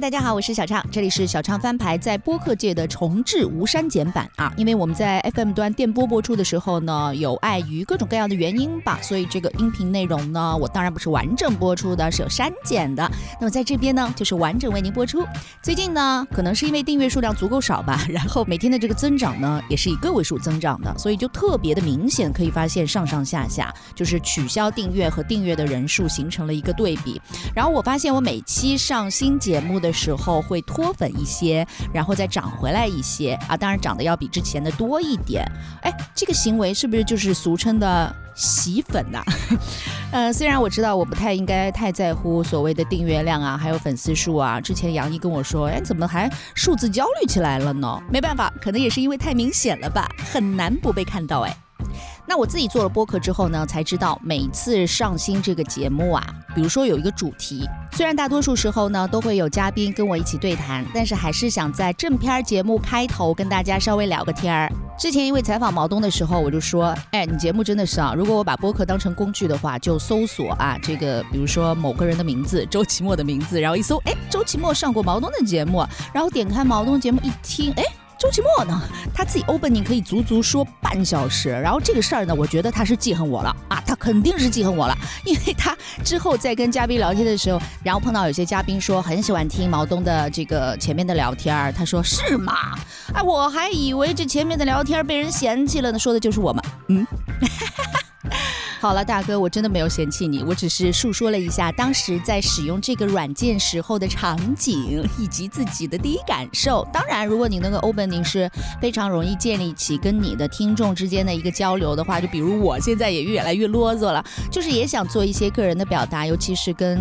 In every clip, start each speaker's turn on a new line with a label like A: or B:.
A: 大家好，我是小畅，这里是小畅翻牌在播客界的重置无删减版啊。因为我们在 FM 端电波播出的时候呢，有碍于各种各样的原因吧，所以这个音频内容呢，我当然不是完整播出的，是有删减的。那么在这边呢，就是完整为您播出。最近呢，可能是因为订阅数量足够少吧， 然后每天的这个增长呢，也是以个位数增长的，所以就特别的明显，可以发现上上下下就是取消订阅和订阅的人数形成了一个对比。然后我发现我每期上新节目的时候会脱粉一些，然后再涨回来一些啊，当然涨得要比之前的多一点。哎，这个行为是不是就是俗称的洗粉呐、 呃，虽然我知道我不太应该太在乎所谓的订阅量啊，还有粉丝数啊。之前杨一跟我说，哎，怎么还数字焦虑起来了呢？没办法，可能也是因为太明显了吧，很难不被看到哎。那我自己做了播客之后呢，才知道每次上新这个节目啊，比如说有一个主题，虽然大多数时候呢都会有嘉宾跟我一起对谈，但是还是想在正片儿节目开头跟大家稍微聊个天儿。之前因为采访毛东的时候，我就说，哎，你节目真的是啊，如果我把播客当成工具的话，就搜索啊，这个比如说某个人的名字，周奇墨的名字，然后一搜，哎，周奇墨上过毛东的节目，然后点开毛东节目一听，哎。周奇墨呢？他自己 opening 可以足足说半小时，然后这个事儿呢，我觉得他是记恨我了啊，他肯定是记恨我了，因为他之后在跟嘉宾聊天的时候，然后碰到有些嘉宾说很喜欢听毛东的这个前面的聊天儿，他说是吗？哎，我还以为这前面的聊天儿被人嫌弃了呢，说的就是我们，嗯。好了，大哥，我真的没有嫌弃你，我只是述说了一下当时在使用这个软件时候的场景以及自己的第一感受。当然，如果你那个 opening 是非常容易建立起跟你的听众之间的一个交流的话，就比如我现在也越来越啰嗦了，就是也想做一些个人的表达，尤其是跟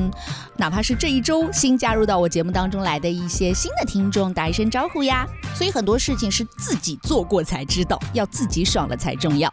A: 哪怕是这一周新加入到我节目当中来的一些新的听众打一声招呼呀。所以很多事情是自己做过才知道，要自己爽了才重要。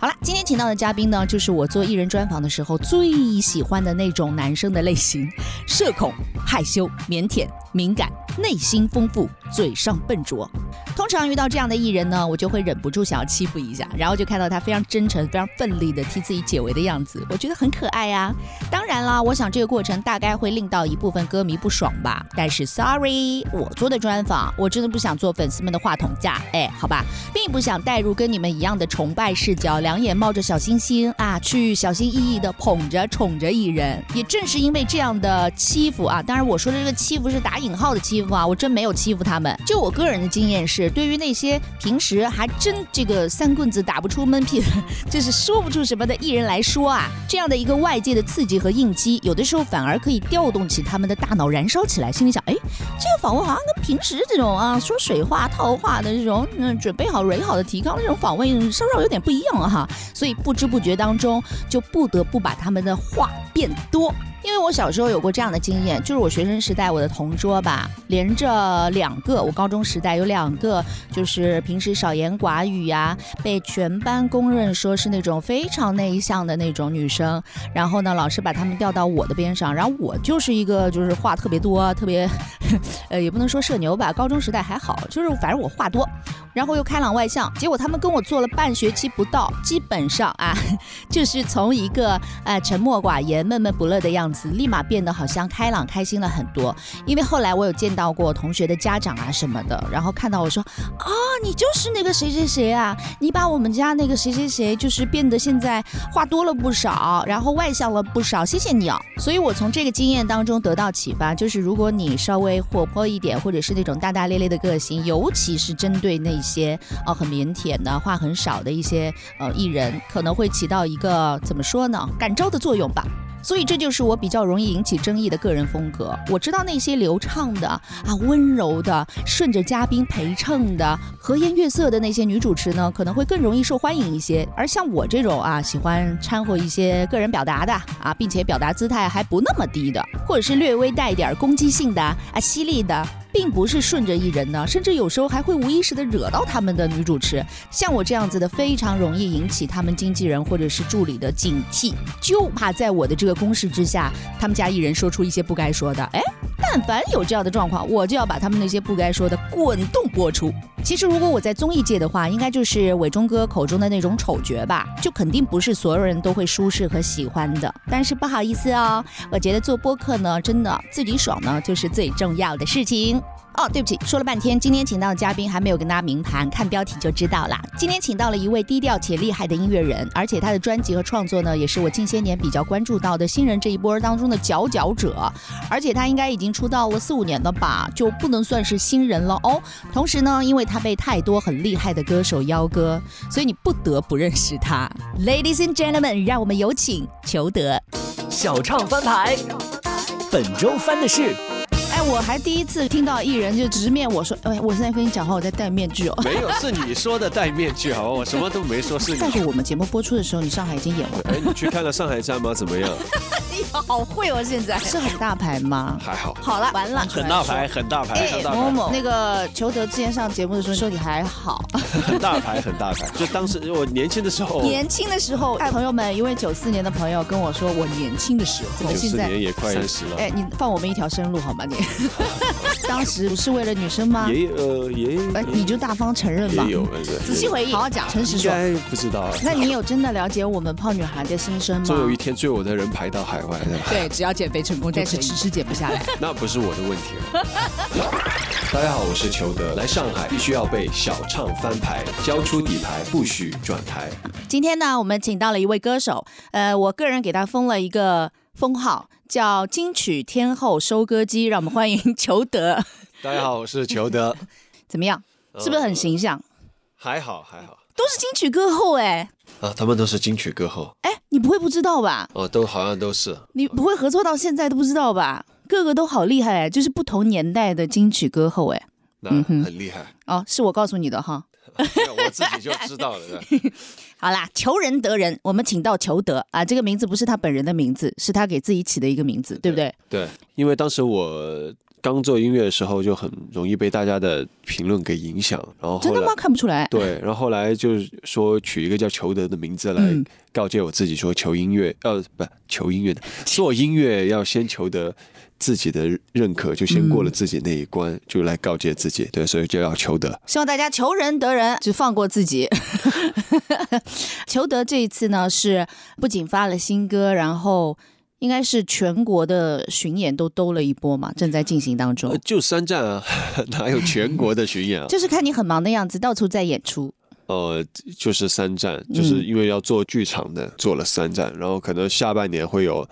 A: 好了，今天请到的嘉宾呢，就是我做艺人专访的时候最喜欢的那种男生的类型：社恐、害羞、腼腆、敏感、内心丰富、嘴上笨拙。通常遇到这样的艺人呢，我就会忍不住想要欺负一下，然后就看到他非常真诚、非常奋力的替自己解围的样子，我觉得很可爱呀、当然啦，我想这个过程大概会令到一部分歌迷不爽吧。但是 sorry，我做的专访，我真的不想做粉丝们的话筒架，哎，好吧，并不想带入跟你们一样的崇拜视角，两眼冒着小星星啊，去小心翼翼的捧着、宠着艺人。也正是因为这样的欺负啊，当然我说的这个欺负是打引号的欺负啊，我真没有欺负他们。就我个人的经验是，对于那些平时还真这个三棍子打不出闷屁的就是说不出什么的艺人来说啊，这样的一个外界的刺激和应激，有的时候反而可以调动起他们的大脑燃烧起来，心里想，哎，这个访问好像跟平时这种啊说水话套话的这种，嗯，准备好蕊好的提纲的这种访问，稍稍有点不一样啊哈，所以不知不觉当中就不得不把他们的话变多。因为我小时候有过这样的经验，就是我学生时代我的同桌吧，连着两个，我高中时代有两个，就是平时少言寡语呀、被全班公认说是那种非常内向的那种女生。然后呢，老师把她们调到我的边上，然后我就是一个就是话特别多，特别呃也不能说社牛吧，高中时代还好，就是反正我话多，然后又开朗外向。结果他们跟我做了半学期不到，基本上啊， 就是从一个呃沉默寡言、闷闷不乐的样子，立马变得好像开朗开心了很多。因为后来我有见到过同学的家长啊什么的，然后看到我说啊，你就是那个谁谁谁啊，你把我们家那个谁谁谁就是变得现在话多了不少，然后外向了不少，谢谢你哦。所以我从这个经验当中得到启发，就是如果你稍微活泼一点，或者是那种大大咧咧的个性，尤其是针对那些哦很腼腆的、话很少的一些呃艺人，可能会起到一个怎么说呢，感召的作用吧。所以这就是我比较容易引起争议的个人风格。我知道那些流畅的啊、温柔的、顺着嘉宾陪衬的、和颜悦色的那些女主持呢，可能会更容易受欢迎一些。而像我这种啊，喜欢掺和一些个人表达的啊，并且表达姿态还不那么低的，或者是略微带一点攻击性的啊、犀利的。并不是顺着艺人呢，甚至有时候还会无意识的惹到他们的女主持。像我这样子的，非常容易引起他们经纪人或者是助理的警惕，就怕在我的这个攻势之下，他们家艺人说出一些不该说的。哎，但
B: 但凡有这样的状况，我就要把他们那些不该说的滚动播出。其实如果我在综艺界的话，应该就是伟忠哥口中的那种丑角吧，就肯定不是所有人都会舒适和喜欢的。但是不好意思哦，我觉得做播客呢，真的自己爽呢，就是最重要的事情。哦，对不起，说了半天，今天请到的嘉宾还没有跟大家明盘，看标题就知道啦。今天请到了一位低调且厉害的音乐人，而且他的专辑和创作呢，也是我近些年比较关注到的新人这一波当中的佼佼者。而且他应该已经出道了四五年了吧，就不能算是新人了哦。同时呢，因为他被太多很厉害的歌手邀歌，所以你不得不认识他。Ladies and gentlemen，让我们有请裘德。
C: 小唱翻牌，本周翻的是
B: 哎，我还第一次听到艺人就直面我说，哎，我现在跟你讲话，我在戴面具哦。
D: 没有，是你说的戴面具，好吧？我什么都没说，是
B: 但
D: 你。
B: 是我们节目播出的时候，你上海已经演完了，
D: 哎，你去看了《上海滩》吗？怎么样？
B: 哎呦，好会哦，现在是很大牌吗？哎
D: 还好，哎
B: 好了，完了，
D: 很大牌，很大牌，很大
B: 某
D: 牌，
B: 某
A: 那个裘德之前上节目的时候说你还好，
D: 很大牌，很大牌。就当时我年轻的时候，
A: 年轻的时候，哎，朋友们，一位九四年的朋友跟我说，我年轻的时候，怎么
D: 哦九
A: 现
D: 四
A: 在？
D: 年也快三十了，
A: 哎，你放我们一条生路好吗？你 当时不是为了女生吗？
D: 也呃也
A: 哎，你就大方承认吧
D: 也，有那个。
A: 仔细回忆，好好讲，诚实
D: 应
A: 说。
D: 该不知道。啊
A: 那你有真的了解我们泡女孩的心声吗
D: 总？有一天追我的人排到海外 的，
A: 对，只要减肥成功
B: 就
A: 但
B: 可以
A: 是迟迟减不下 来。
D: 那不是我的问题了。 大家好，我是裘德，来上海必须要被小唱翻牌，交出底牌，不许转台。
A: 今天呢，我们请到了一位歌手，呃，我个人给他封了一个封号，叫金曲天后收割机，让我们欢迎裘德，
D: 大家好，我是裘德，
A: 怎么样？是不是很形象？
D: 呃还好还好
A: 都是金曲歌后哎、
D: 啊，他们都是金曲歌后。
A: 哎，你不会不知道吧？
D: 哦，都好像都是。
A: 你不会合作到现在都不知道吧？个个都好厉害哎，就是不同年代的金曲歌后哎。
D: 那
A: 嗯哼
D: 很厉害，
A: 哦，是我告诉你的哈。
D: 没有我自己就知道了。 对
A: 好啦，求人得人，我们请到裘德啊，这个名字不是他本人的名字，是他给自己起的一个名字，对不对？
D: 对，因为当时我刚做音乐的时候，就很容易被大家的评论给影响，然后
A: 真
D: 后
A: 的
D: 来
A: 吗？看不出来。
D: 对，然后后来就是说取一个叫裘德的名字来
A: 嗯
D: 告诫我自己，说求音乐，呃，不求音乐的，做音乐要先求得自己的认可，就先
A: 嗯
D: 过了自己那一关，就来告诫自己，对，所以就要求得。
A: 希望大家求人得人，只放过自己。裘德这一次呢，是不仅发了新歌，然后应该是全国的巡演都兜了一波嘛，正在进行当中
D: 呃。就三站啊， 哪有全国的巡演啊？
A: 哦 就是看你很忙的样子，到处在演出。
D: 呃，就是三站，
A: 嗯
D: 就是因为要做剧场的，做了三站，然后可能下半年会有，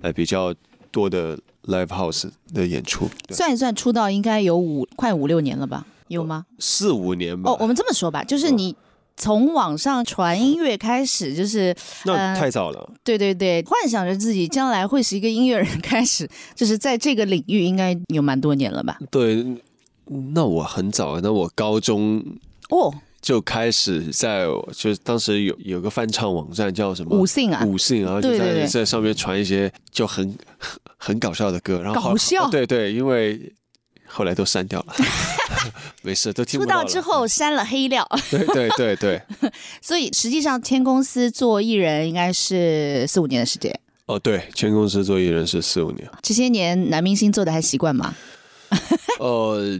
D: 呃，比较多的 live house 的演出，对
A: 算一算，出道应该有五快五六年了吧？有吗？
D: 四五年吧。
A: 哦，我们这么说吧，就是
D: 哦
A: 你从网上传音乐开始，就是
D: 那
A: 呃
D: 太早了，
A: 对对对，幻想着自己将来会是一个音乐人，开始就是在这个领域应该有蛮多年了吧？
D: 嗯对，那我很早啊，那我高中
A: 哦，
D: 就开始在，就是当时有有个翻唱网站叫什么
A: 五 信啊，
D: 五信，然后就
A: 对
D: 在
A: 对对
D: 在上面传一些就很 很很搞笑的歌，然后后
A: 搞笑
D: 对对，因为后来都删掉了， 没事，都听
A: 出
D: 不到
A: 道
D: 了
A: 之后删了黑料，
D: 对对对对，
A: 所以实际上签公司做艺人应该是四五年的时间。
D: 哦对，全公司做艺人是四五年。
A: 这些年男明星做的还习惯吗？
D: 呃，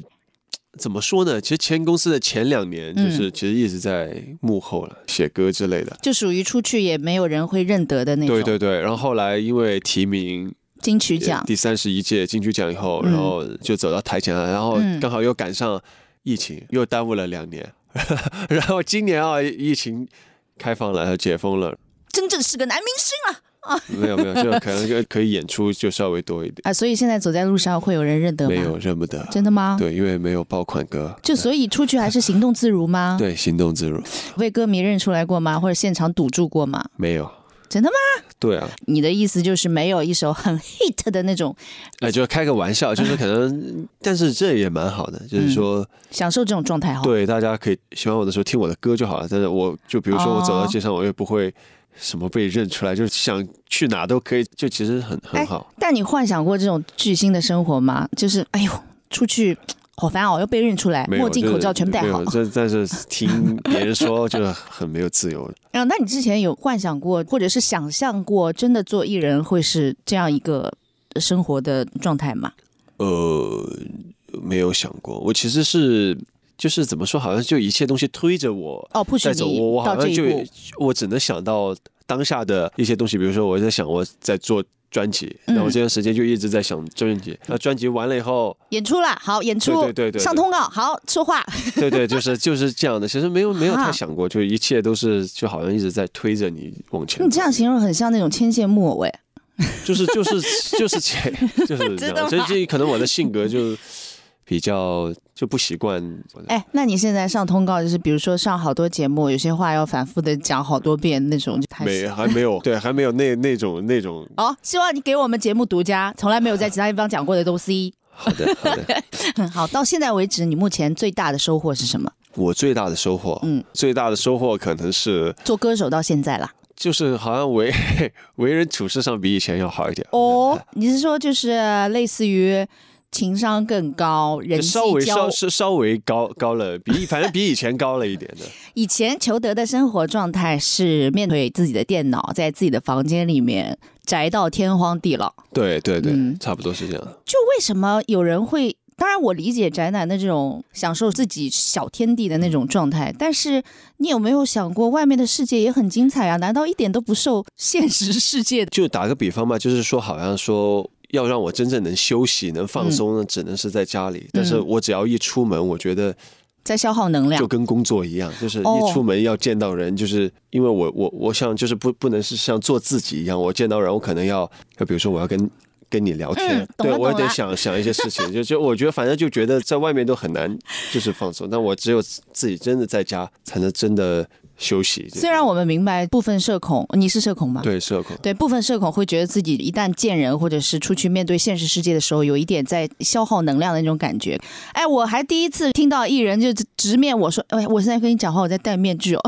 D: 怎么说呢？其实前公司的前两年
A: 嗯
D: 就是其实一直在幕后了，写歌之类的。
A: 就属于出去也没有人会认得的那种。
D: 对对对，然后后来因为提名
A: 金曲奖
D: 呃第三十一届金曲奖以后，
A: 嗯
D: 然后就走到台前了，然后
A: 嗯
D: 刚好又赶上疫情，又耽误了两年。 然后今年啊，疫情开放了，解封了，
A: 真正是个男明星啊了
D: 没有没有，就可能可以演出就稍微 多一点，
A: 啊！所以现在走在路上会有人认得吗？
D: 没有认不得。
A: 真的吗？
D: 对，因为没有爆款歌，
A: 就所以出去还是行动自如吗？，
D: 对，行动自如
A: 被歌迷认出来过吗？或者现场堵住过吗？
D: 没有。
A: 真的吗？
D: 对啊，
A: 你的意思就是没有一首很 hit 的那种，
D: 呃，就开个玩笑，就是可能，但是这也蛮好的，就是说，
A: 享受这种状态哈。，
D: 对大家可以喜欢我的时候听我的歌就好了。但是我就比如说我走到街上，我也不会什么被认出来，就是想去哪都可以，就其实很很好。
A: 但你幻想过这种巨星的生活吗？就是哎呦，出去好烦哦，要被认出来，
D: 没有
A: 墨镜、口罩全部戴好。
D: 这但是听别人说就是很没有自由。
A: 然后，那你之前有幻想过，或者是想象过，真的做艺人会是这样一个生活的状态吗？
D: 呃，没有想过，我其实是就是怎么说，好像就一切东西推着我
A: 哦，push
D: 带走
A: 你
D: 我，我好
A: 到这
D: 像
A: 一
D: 就
A: 步
D: 我只能想到当下的一些东西，比如说我在想我在做专辑，
A: 嗯
D: 那我这段时间就一直在想专辑，那专辑完了以后，
A: 演出啦，好演出，
D: 对对对对对
A: 上通告，好说话，
D: 对对，就是就是这样的，其实没有没有
A: 啊
D: 太想过，就一切都是就好像一直在推着你往前走，
A: 你这样形容很像那种牵线木偶哎，
D: 就是就是就是 这就是这
A: 真的吗
D: 样，所以这可能我的性格就比较就不习惯，
A: 哎，那你现在上通告，就是比如说上好多节目，有些话要反复的讲好多遍那种，就开
D: 没
A: 始。
D: 还 没有对还没有那那种那种
A: 哦，希望你给我们节目独家，从来没有在其他地方讲过的东 西。
D: 好的好的。
A: 嗯好，到现在为止，你目前最大的收获是什么？
D: 我最大的收获，
A: 嗯，
D: 最大的收获可能是
A: 做歌手到现在 啦。
D: 就是好像为为人处事上比以前要好一点，
A: 哦，你是说就是类似于情商更高，人
D: 就
A: 际
D: 稍微
A: 交
D: 稍稍稍微高高了，比反正比以前高了一点的。
A: 以前裘德的生活状态是面对自己的电脑，在自己的房间里面宅到天荒地老。
D: 对对对，
A: 嗯
D: 差不多是这样。
A: 就为什么有人会？当然，我理解宅男的这种享受自己小天地的那种状态，但是你有没有想过，外面的世界也很精彩啊？难道一点都不受现实世界的？
D: 就打个比方嘛，就是说好像说。要让我真正能休息、能放松呢，只能是在家里。但是我只要一出门，我觉得
A: 在消耗能量
D: 就？跟工作一样，就是
A: 哦
D: 一出门要见到人，就是因为我我我像就是不不能是像做自己一样，我见到人我可能要，就比如说我要跟跟你聊天，
A: 嗯懂
D: 对
A: 了
D: 我也
A: 懂
D: 得
A: 了
D: 想想一些事情，就就我觉得反正就觉得在外面都很难就是放松，但我只有自己真的在家才能真的休息。
A: 虽然我们明白部分社恐，你是社恐吗？
D: 对社恐，
A: 对部分社恐会觉得自己一旦见人或者是出去面对现实世界的时候，有一点在消耗能量的那种感觉。哎，我还第一次听到艺人就直直面我说：“哎，我现在跟你讲话，我在戴面具哦。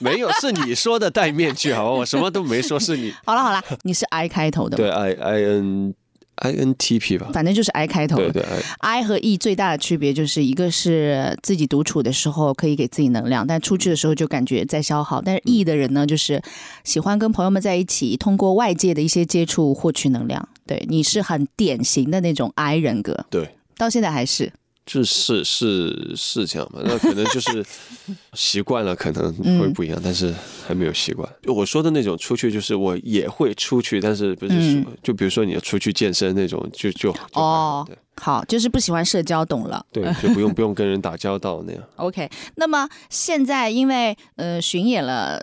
D: 没有是你说的戴面具，好吧，我什么都没说，是你”
A: 好了好了，你是 I 开头的，
D: 对 i i n i n t p 吧？
A: 反正就是 I 开头的
D: 对对，I- 哎
A: I 和 E 最大的区别就是一个是自己独处的时候可以给自己能量，但出去的时候就感觉在消耗。但是 E 的人呢，就是喜欢跟朋友们在一起，通过外界的一些接触获取能量。对，你是很典型的那种 I 人格，
D: 对。
A: 到现在还是。
D: 就是是是这样吧，那可能就是 习惯了，可能
A: 嗯
D: 会不一样，但是还没有习惯。就我说的那种出去，就是我也会出去，但是不是说，就比如说你要出去健身那种，就就就还好
A: 嗯哦好，就是不喜欢社交，懂了。
D: 对对，就不用不用跟人打交道那样。
A: OK，那么现在因为呃巡演了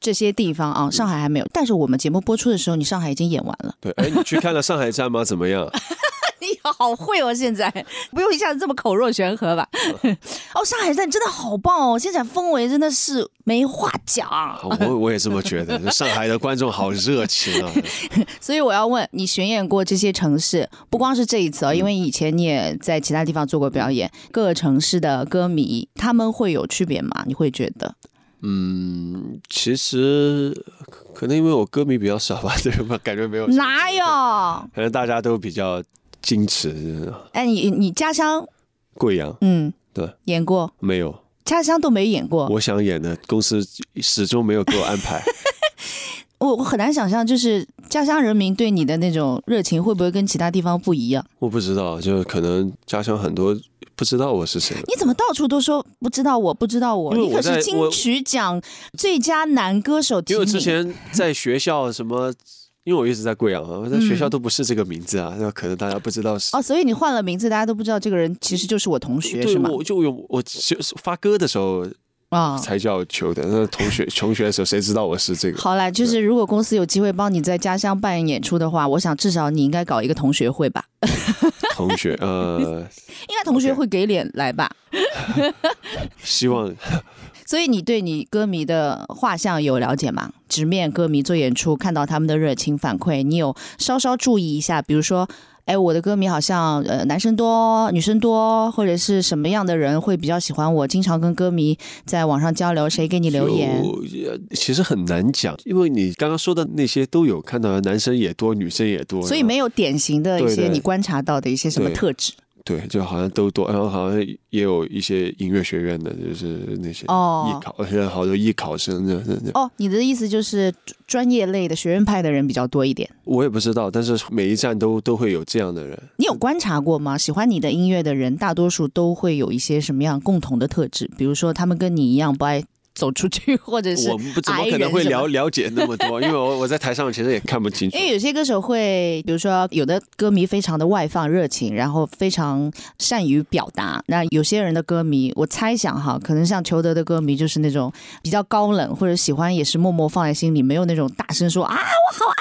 A: 这些地方啊，上海还没有，但是我们节目播出的时候，你上海已经演完了。
D: 对，哎，你去看了上海站吗？怎么样？
A: 你好会哦，现在不用一下子这么口若悬河吧？
D: 嗯
A: 哦，上海站真的好棒哦，现场氛围真的是没话讲。
D: 啊我我也这么觉得，上海的观众好热情啊！
A: 所以我要问你，巡演过这些城市，不光是这一次哦，
D: 嗯
A: 因为以前你也在其他地方做过表演，各个城市的歌迷他们会有区别吗？你会觉得？
D: 嗯，其实可可能因为我歌迷比较少吧，对吧？感觉没有，
A: 哪有？
D: 可能大家都比较矜持。
A: 哎，你你家乡
D: 贵阳
A: 嗯
D: 对
A: 演过，
D: 没有。
A: 家乡都没演过。
D: 我想演的公司始终没有给我安排。
A: 我我很难想象，就是家乡人民对你的那种热情，会不会跟其他地方不一样？
D: 我不知道，就可能家乡很多不知道我是谁。
A: 你怎么到处都说不知道我不知道我？
D: 因为
A: 你
D: 我
A: 可
D: 在
A: 是金
D: 我
A: 曲奖最佳男歌手提
D: 因为我
A: 名。
D: 之前在学校什么，因为我一直在贵阳啊，我在学校都不是这个名字啊，那、可能大家不知道是。
A: 哦，所以你换了名字，大家都不知道这个人其实就是我同学
D: 对
A: 是，吗？
D: 我就有我就是发歌的时候
A: 啊、
D: 才叫球的，那同学穷学的时候谁知道我 是这个？
A: 好啦，就是如果公司有机会帮你在家乡办演出的话，我想至少你应该搞一个同学会吧，
D: 同学，呃，
A: 应该同学
D: OK
A: 会给脸来吧。
D: 希望
A: 所以你对你歌迷的画像有了解吗？直面歌迷做演出，看到他们的热情反馈，你有稍稍注意一下，比如说。哎，我的歌迷好像呃男生多，女生多，或者是什么样的人会比较喜欢我？经常跟歌迷在网上交流，谁给你留言？
D: 就呃其实很难讲，因为你刚刚说的那些都有看到，男生也多，女生也多，
A: 所以没有典型的一
D: 对
A: 些
D: 对
A: 你观察到的一些什么特质。
D: 对，就好像都多，然后好像也有一些音乐学院的，就是那些艺
A: 哦
D: 考，现在好多艺考生这这这，
A: 哦，你的意思就是专专业类的学院派的人比较多一点。
D: 我也不知道，但是每一站都都会有这样的人。
A: 你有观察过吗？喜欢你的音乐的人，大多数都会有一些什么样共同的特质？比如说，他们跟你一样不爱 走出去，或者是
D: 我们不怎么可能会了了解那么多，因为我我在台上其实也看不清楚
A: 因。为有些歌手会，比如说有的歌迷非常的外放热情，然后非常善于表达。那有些人的歌迷，我猜想哈，可能像裘德的歌迷就是那种比较高冷，或者喜欢也是默默放在心里，没有那种大声说啊我好爱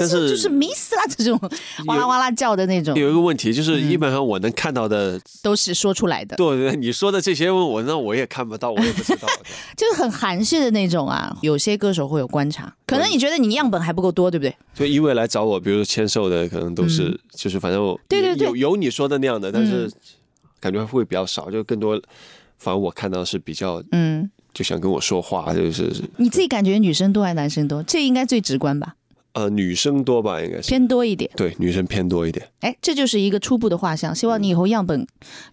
D: 但
A: 你，
D: 是
A: 就是迷死了这种哇啦哇啦叫的那种，
D: 有一个嗯问题，就是基本上我能看到的，
A: 都是说出来的，
D: 对对，你说的这些问我，那我也看不到，我也不知道。
A: 就是很韩式的那种啊。有些歌手会有观察，可能你觉得你样本还不够多，对不对？
D: 就一位来找我，比如说签售的，可能都是、就是反正我
A: 嗯对对对嗯
D: 有有你说的那样的，但是感觉会比较少，就更多。反正我看到是比较
A: 嗯，
D: 就想跟我说话，就是
A: 你自己感觉女生多还是男生多？这应该最直观吧，
D: 呃女生多吧，应该是
A: 偏多一点。
D: 对女生偏多一点。
A: 哎，这就是一个初步的画像。希望你以后样本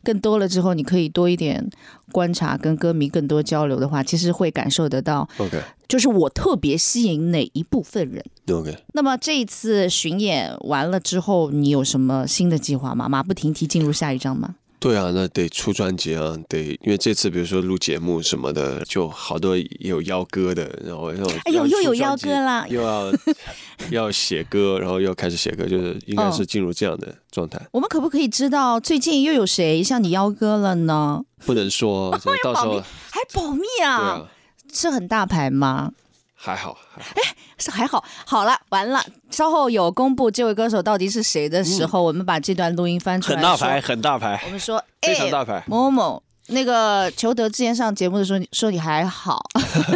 A: 更多了之后，你可以多一点观察，跟歌迷更多交流的话，其实会感受得到，
D: OK
A: 就是我特别吸引哪一部分人。
D: OK，
A: 那么这一次巡演完了之后，你有什么新的计划吗？马不停蹄进入下一张吗？
D: 对啊，那得出专辑啊，得因为这次比如说录节目什么的，就好多有邀歌的，然后然后
A: 哎呦
D: 要出
A: 又有
D: 专辑
A: 邀歌啦
D: 又要 要写歌，然后又开始写歌，就是应该
A: 哦
D: 是进入这样的状态，
A: 我们可不可以知道最近又有谁向你邀歌了呢？
D: 不能说 就到时
A: 保密
D: 候
A: 还保密
D: 对
A: 啊？
D: 啊，
A: 是很大牌吗？
D: 还好还好
A: 是还好，好了，完了，稍后有公布这位歌手到底是谁的时
D: 嗯
A: 候，我们把这段录音翻出来，
C: 很大牌，，很大牌。
A: 我们说，
D: 非
A: 哎，
D: 常大牌，
A: 某某某，那个裘德之前上节目的时候你说你还好，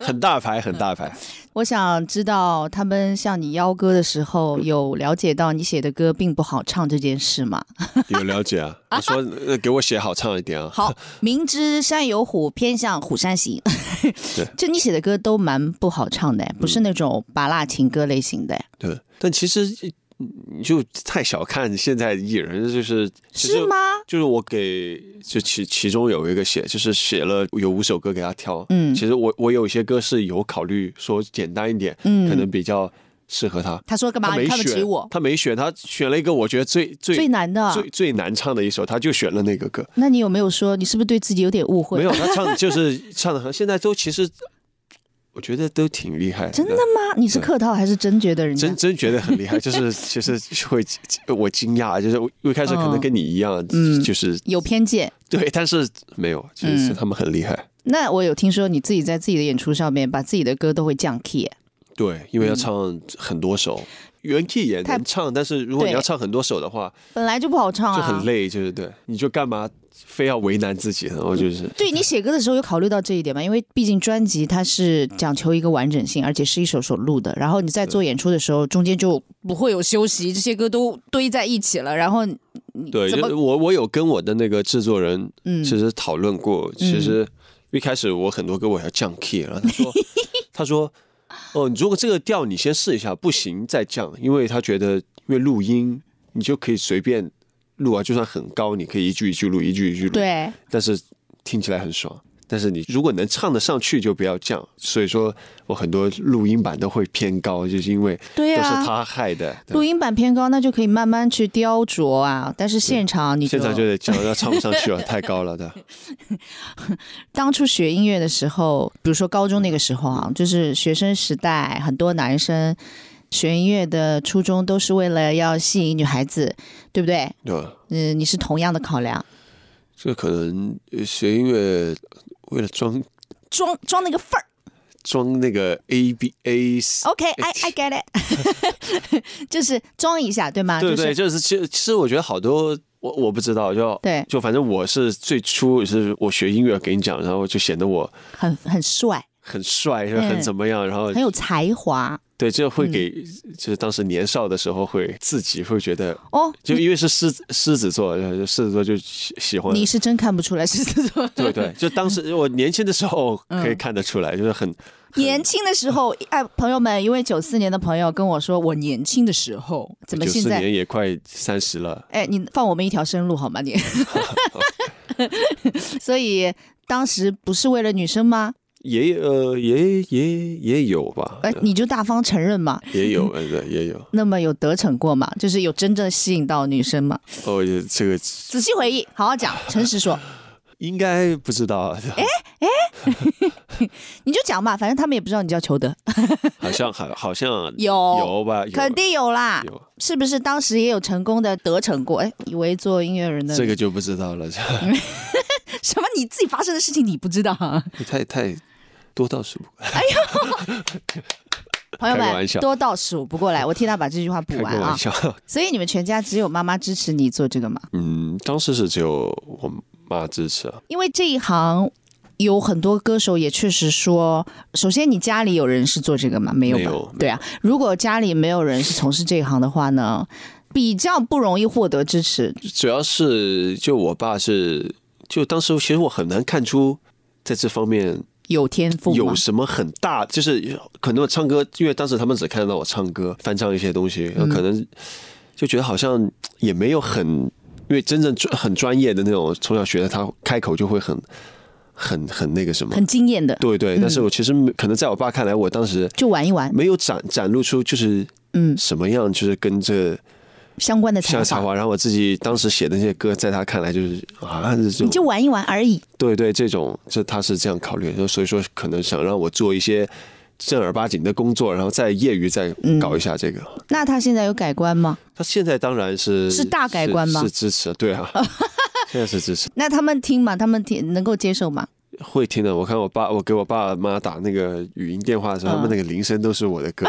D: 很大牌很大牌，
A: 我想知道他们向你邀歌的时候，有了解到你写的歌并不好唱这件事吗？
D: 有了解啊？我说呃给我写好唱一点啊，
A: 好，明知山有虎，偏向虎山行。
D: 对 嗯
A: 就你写的歌都蛮不好唱的，不是那种拔辣情歌类型的，
D: 对，但其实嗯你就太小看现在艺人，就是其实
A: 是吗？
D: 就是我给就其其中有一个写，就是写了有五首歌给他挑。
A: 嗯
D: 其实我我有一些歌是有考虑说简单一点，
A: 嗯
D: 可能比较适合他。
A: 他说干嘛？
D: 他
A: 你
D: 没
A: 看不起
D: 选
A: 我？
D: 他没选，他选了一个我觉得最最
A: 最难啊的。
D: 最最难唱的一首，他就选了那个歌。
A: 那你有没有说你是不是对自己有点误会？
D: 没有，他唱就是唱的很，现在都其实我觉得都挺厉害，
A: 真的吗？你是客套还是真觉得人家
D: 真真觉得很厉害，就是 其实会我惊讶，就是我我一开始可能
A: 嗯
D: 跟你一样，
A: 嗯
D: 就是
A: 有偏见？
D: 对，但是没有，其实
A: 嗯
D: 他们很厉害。
A: 那我有听说你自己在自己的演出上面把自己的歌都会降 key，
D: 对，因为要唱很多首，原 key 也
A: 太
D: 能唱，但是如果你
A: 对
D: 要唱很多首的话，
A: 本来就不好唱啊，
D: 就很。累，就是对，你就干嘛非要为难自己呢？我就是
A: 对你写歌的时候有考虑到这一点吗？因为毕竟专辑它是讲求一个完整性，而且是一首首录的。然后你在做演出的时候，中间就不会有休息，这些歌都堆在一起了。然后你
D: 对，
A: 怎
D: 就
A: 么
D: 是我我有跟我的那个制作人
A: 嗯
D: 其实讨论过，其实一开始我很多歌我要降 key，然后他 说他说哦，你如果这个调你先试一下，不行再降，因为他觉得因为录音你就可以随便录啊，就算很高，你可以一句一句录，一句一句录，
A: 对
D: 但是听起来很爽。但是你如果能唱得上去，就不要降。所以说我很多录音版都会偏高，就是因为都
A: 对
D: 是
A: 啊，
D: 他害的。对
A: 录音版偏高，那就可以慢慢去雕琢啊。但是现场你
D: 现场就得讲，要唱不上去了，太高了的。
A: 当初学音乐的时候，比如说高中那个时候啊，就是学生时代，很多男生学音乐的初衷都是为了要吸引女孩子，对不对？
D: 对吧？
A: 嗯、你是同样的考量，
D: 这可能呃学音乐为了装
A: 装装那个份儿。
D: 装那个 A B A，
A: OK，I、I get it，就是 装一下，对吗？
D: 对
A: 啊就
D: 对，
A: 是
D: 就是其实其实我觉得好多我我不知道，就
A: 对
D: 就反正我是最初是我学音乐给你讲，然后就显得我
A: 很很帅，
D: 很帅，就
A: 嗯
D: 很怎么样，然后
A: 很有才华。
D: 对，这会给、就是当时年少的时候会自己会觉得，
A: 哦，
D: 就因为是狮子狮子座，然后就狮子座就喜喜欢
A: 你是真看不出来狮子座。
D: 对对，就 当时我年轻的时候
A: 嗯
D: 可以看得出来，就是很
A: 年轻的时候，哎，朋友们，一位九四年的朋友跟我说，我年轻的时候怎么
D: 九
A: 现
D: 四
A: 在？
D: 年也快三十了，
A: 哎，你放我们一条生路好吗？你， 所以当时不是为了女生吗？
D: 也呃也也也有吧，
A: 哎，嗯你就大方承认嘛。
D: 也有呃对也有
A: 那么有得逞过嘛？就是有真正吸引到女生嘛？
D: 哦，也这个
A: 仔细回忆，好好讲，诚实 说，
D: 应该不知道啊，
A: 哎你就讲嘛，反正他们也不知道你叫裘德，
D: 好像好好像
A: 有
D: 有吧，有啊
A: 肯定有啦，
D: 有
A: 是不是？当时也有成功的得逞过，哎，以为做音乐人的
D: 这个就不知道了，
A: 什么你自己发生的事情你不知道、啊？
D: 太太多到数不过来，
A: 朋友
D: 开个
A: 们
D: 玩笑
A: 多到数不过来，我替他把这句话补
D: 开
A: 完
D: 个玩
A: 啊。
D: 笑。
A: 所以你们全家只有妈妈支持你做这个嘛？
D: 嗯，当时是只有我妈支持啊，
A: 因为这一行有很多歌手也确实说，首先你家里有人是做这个吗？没有吧？
D: 没有
A: 对啊，如果家里没有人是从事这一行的话呢，比较不容易获得支持。
D: 主要是就我爸是，就当时其实我很难看出在这方面
A: 有天赋吗
D: 有？什么很大，就是可能我唱歌，因为当时他们只看到我唱歌翻唱一些东西，
A: 嗯
D: 可能就觉得好像也没有很，因为真正专很专业的那种，从小学的，他开口就会很很很那个什么，
A: 很嗯惊艳的，
D: 对对。但是我其实可能在我爸看来，我当时
A: 就玩一玩
D: 没有展展露出就是
A: 嗯
D: 什么样，就是跟这
A: 相关的才
D: 像才
A: 华，
D: 华，然后我自己当时写的那些歌，在他看来就是啊，这种
A: 你就玩一玩而已。
D: 对对，这种这他是这样考虑的，所以说可能想让我做一些正儿八经的工作，然后在业余再搞一下这个。
A: 那他现在有改观吗？
D: 嗯他现在当然是
A: 是大改观吗
D: 是是支持，对 啊，现在是支持，
A: 那他们听嘛，他们听能够接受吗？
D: 会听的。我看我爸，我给我爸妈打那个语音电话的时候，他们那个铃声都是我的歌，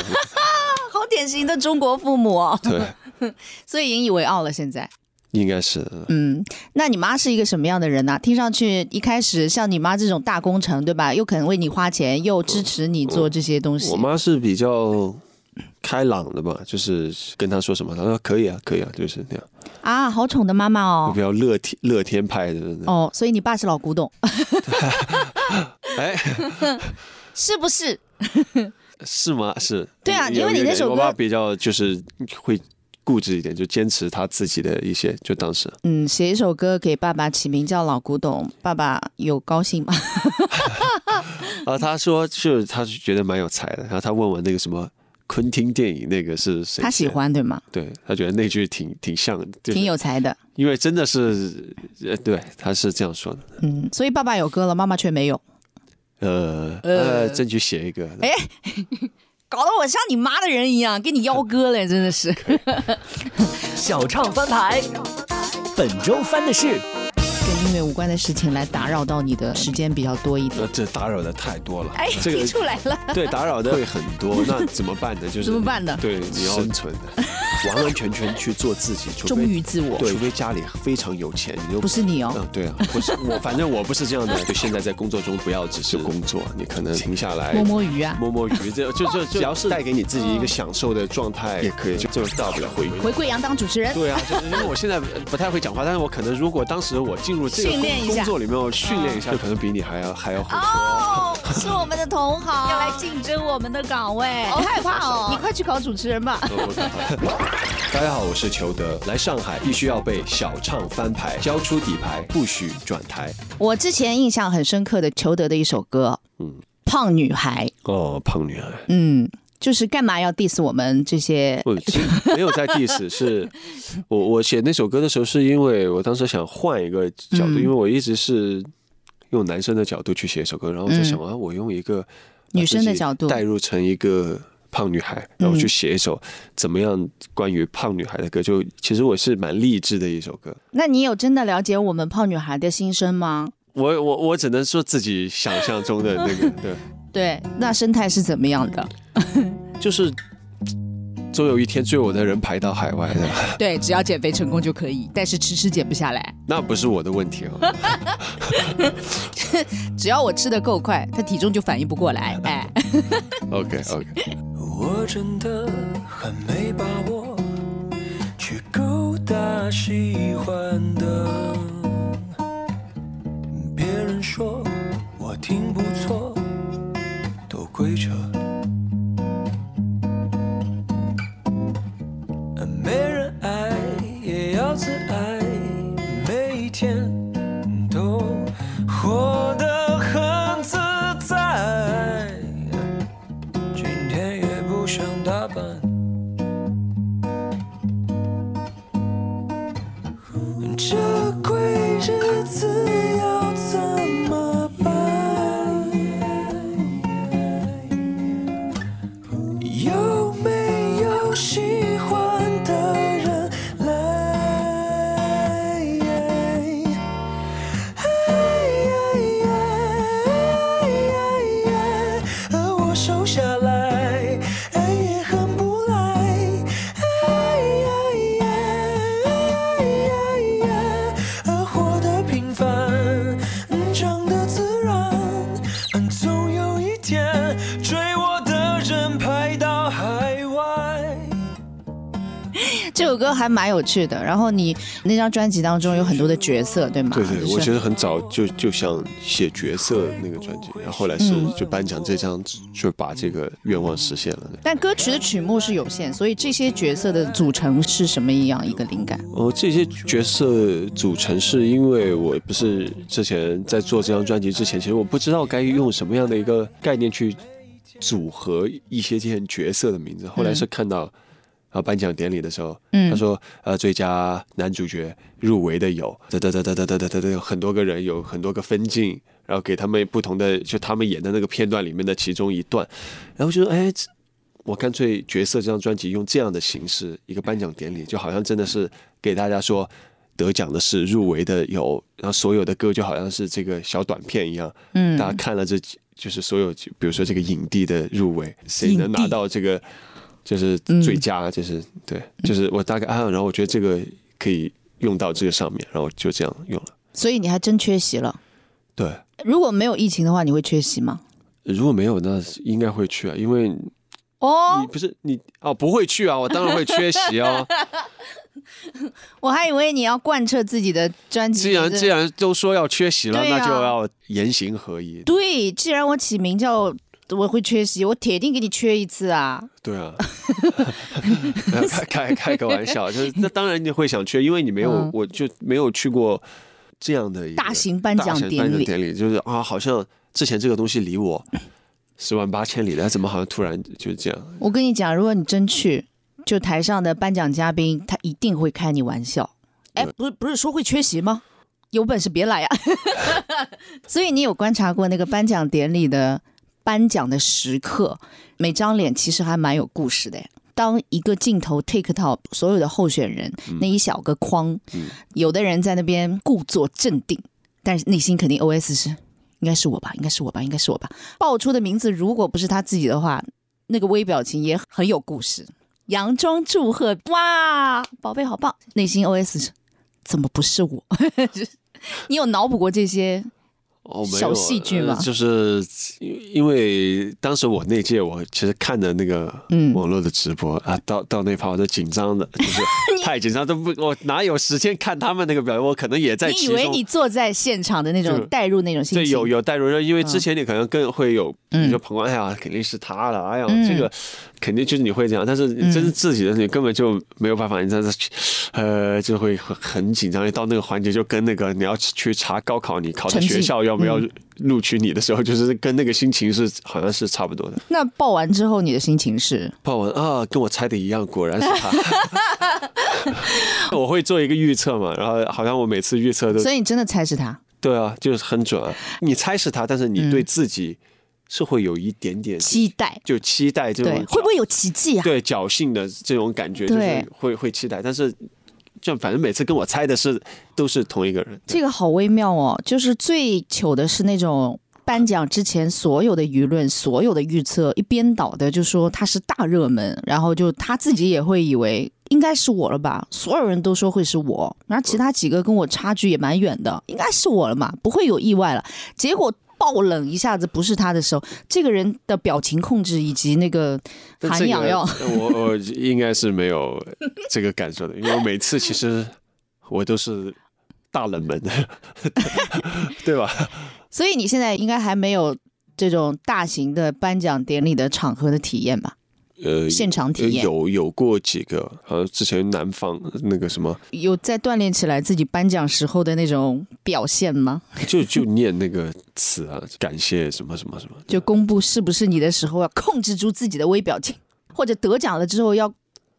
A: 好典型的中国父母哦，
D: 对，
A: 所以引以为傲了。现在，
D: 应该 是
A: 嗯，那你妈是一个什么样的人呢、听上去一开始像你妈这种大工程，对吧？又肯为你花钱，又支持你做这些东西。
D: 我妈是比较。开朗的吧，就是跟他说什么，他说可以啊，可以啊，就是那样，
A: 啊，好宠的妈妈哦
D: 比。较乐天乐天派的那种。
A: 哦，所以你爸是老古董，
D: 哎，
A: 是不是？
D: 是吗？是。
A: 对啊
D: 有
A: 因为你
D: 有
A: 那
D: 点
A: 首
D: 我爸
A: 歌
D: 比较就是会固执一点，就坚持他自己的一些，就当时
A: 嗯，写一首歌给爸爸，起名叫老古董，爸爸有高兴吗？
D: 啊，他说是他是觉得蛮有才的，然后他问我那个什么昆汀电影那个是谁，
A: 他喜，欢对吗？
D: 对他觉得那句挺挺像的，就是
A: 挺，有才的，
D: 因为真的是，呃，对，他是这样说的，
A: 嗯，所以爸爸有歌了，妈妈却没有，
D: 呃
A: 呃
D: 呃，争取写一个，
A: 哎搞得我像你妈的人一样，给你邀歌嘞，真的是。
C: 小唱翻牌，本周翻的是
A: 跟音乐无关的事情来打扰到你的时间比较多一点。
D: 呃，这打扰的太多了，
A: 哎，
D: 这
A: 听
D: 个
A: 出来 了，
D: 对打扰的会很 多，那怎么办呢？就是
A: 怎么办呢
D: 对，你要生存 的，完完全全去做自己，除
A: 忠
D: 非
A: 于自我，
D: 除非家里非常有钱，你就
A: 不是你哦。
D: 嗯， 对啊，不是我，反正我不是这 样的。就现在在工作中，不要只是工作，你可能停下来
A: 摸摸鱼啊，
D: 摸摸鱼， 这就就只要是带给你自己一个享受的状态也可以，就就大不了回归。
A: 回贵阳当主持人。
D: 对啊，就是因为我现在不太会讲话，但是我可能如果当时我进入这个
A: 训练
D: 工
A: 一下嗯
D: 工作里面，我训练一下，就可能比你还要还要会说。
A: 哦，是我们的同行，要来竞争我们的岗位，好害怕哦！你快去考主持人吧。
D: 大家好，我是裘德，来上海必须要被小唱翻牌，交出底牌，不许转台。
A: 我之前印象很深刻的裘德的一首歌，
D: 嗯
A: 胖女孩，
D: 哦，胖女孩，
A: 嗯，就是干嘛要 diss 我们这些？
D: 我其实没有在 diss，是 我我写那首歌的时候，是因为我当时想换一个角度，
A: 嗯
D: 因为我一直是用男生的角度去写一首歌，然后我在想啊，我用一个把
A: 女生的
D: 自己
A: 角度
D: 代入成一个胖女孩，然后去写一首怎么样关于胖女孩的歌，就其实我是蛮励志的一首歌。
A: 那你有真的了解我们胖女孩的心声吗？
D: 我我我只能说自己想象中的那个， 对，
A: 对，那生态是怎么样的？
D: 就是终有一天追我的人排到海外的，
A: 对，只要减肥成功就可以，但是迟迟减不下来。
D: 那不是我的问题啊。
A: 只要我吃的够快，他体重就反应不过来。哎，
D: OK OK。
E: 我真的很没把握去勾搭喜欢的。别人说我挺不错，都归着。没人爱也要自爱，每一天都活得很自在。今天也不想打扮，这鬼日子要怎么办？有没有喜欢的人来？我瘦下来，也很不赖。活得平凡，长得自然，总有一天追我的人排到海外。
A: 这首歌还蛮有趣的。然后你那张专辑当中有很多的角色，对吗？
D: 对对，
A: 就是
D: 我其实很早就就想写角色那个专辑，然后后来是
A: 嗯
D: 就颁奖这张就把这个愿望实现了。
A: 但歌曲的曲目是有限，所以这些角色的组成是什么样一个灵感？
D: 哦，这些角色组成是因为我不是之前在做这张专辑之前，其实我不知道该用什么样的一个概念去组合一些这些角色的名字。后来是看到啊颁奖典礼的时候，
A: 嗯
D: 他说呃最佳男主角入围的有哒哒哒哒哒哒哒哒哒，有很多个人有很多个分镜，然后给他们不同的就他们演的那个片段里面的其中一段，然后就说哎。这我干脆角色这张专辑用这样的形式，一个颁奖典礼，就好像真的是给大家说得奖的是入围的有，然后所有的歌就好像是这个小短片一样，
A: 嗯
D: 大家看了这几就是所有，比如说这个影帝的入围，谁能拿到这个就是最佳，就是对，就是我大概啊，然后我觉得这个可以用到这个上面，然后就这样用了。
A: 所以你还真缺席了。
D: 对，
A: 如果没有疫情的话，你会缺席吗？
D: 嗯如果没有，那应该会去啊，因为你
A: 哦，
D: 不是你哦，不会去啊，我当然会缺席哦。
A: 我还以为你要贯彻自己的专辑。
D: 既然既然都说要缺席了，
A: 对啊
D: 那就要言行合一。
A: 对，既然我起名叫我会缺席，我铁定给你缺一次啊。
D: 对啊， 开开开个玩笑，就是那当然你会想去，因为你没有，
A: 嗯
D: 我就没有去过这样的一个
A: 大型颁奖
D: 大型
A: 典
D: 颁
A: 礼
D: 典礼，就是啊，好像之前这个东西离我十万八千里，但怎么好像突然就这样？
A: 我跟你讲，如果你真去，就台上的颁奖嘉宾，他一定会开你玩笑。哎，不是不是说会缺席吗？有本事别来呀、 所以你有观察过那个颁奖典礼的颁奖的时刻，每张脸其实还蛮有故事的耶。当一个镜头 take 到所有的候选人那一小个框，有的人在那边故作镇定，但是内心肯定 OS 是应该是我吧，应该是我吧，应该是我吧。爆出的名字如果不是他自己的话，那个微表情也很有故事。佯装祝贺，哇，宝贝好棒！内心 OS 是怎么不是我？ 你有脑补过这些？
D: 哦，没有
A: 小戏剧
D: 呃
A: 吗
D: 就是因因为当时我那届，我其实看的那个
A: 嗯
D: 网络的直播、啊，到到那趴我都紧张的，就是 太紧张，都不我哪有时间看他们那个表演？我可能也在
A: 你
D: 其
A: 以
D: 中。
A: 为你坐在现场的那
D: 就
A: 种带入那种心
D: 对，
A: 情？
D: 有有带入热，因为之
A: 嗯
D: 前你可能更会有，比
A: 嗯
D: 如说旁观，哎呀，肯定是他了，哎呀，
A: 嗯
D: 这个肯定就是你会这样，但是真是
A: 嗯
D: 自己的你根本就没有办法，你在这，呃，就会很很紧张。到那个环节就跟那个你要去查高考，你考的
A: 成绩嗯
D: 学校要不要录取你的时候，就是跟那个心情是好像是差不多的。
A: 那报完之后，你的心情是？
D: 报完啊，跟我猜的一样，果然是 他。我会做一个预测嘛，然后好像我每次预测都
A: 所以你真的猜是他？
D: 对啊，就是很准啊。你猜是他，但是
A: 嗯
D: 你对自己是会有一点点
A: 期待？
D: 就期待这
A: 对
D: 种，
A: 会不会有奇迹啊？
D: 对侥幸的这种感觉，就
A: 对
D: 是会会期待，但是。就反正每次跟我猜的是都是同一个人，
A: 这个好微妙哦，就是最糗的是那种颁奖之前所有的舆论、所有的预测一边倒的就说他是大热门，然后就他自己也会以为应该是我了吧，所有人都说会是我，然后其他几个跟我差距也蛮远的，应该是我了嘛，不会有意外了。结果爆冷一下子不是他的时候，这个人的表情控制以及那个
D: 但
A: 涵
D: 这
A: 养
D: 个
A: 要
D: 我我应该是没有这个感受的，因为我每次其实我都是大冷门的， 对吧？
A: 所以你现在应该还没有这种大型的颁奖典礼的场合的体验吧？
D: 呃，
A: 现场体
D: 呃
A: 验
D: 有有过几个，好像之前南方那个什么，
A: 有在锻炼起来自己颁奖时候的那种表现吗？
D: 就就念那个词啊，感谢什么什么什 么，
A: 就公布是不是你的时候，要控制住自己的微表情，或者得奖了之后要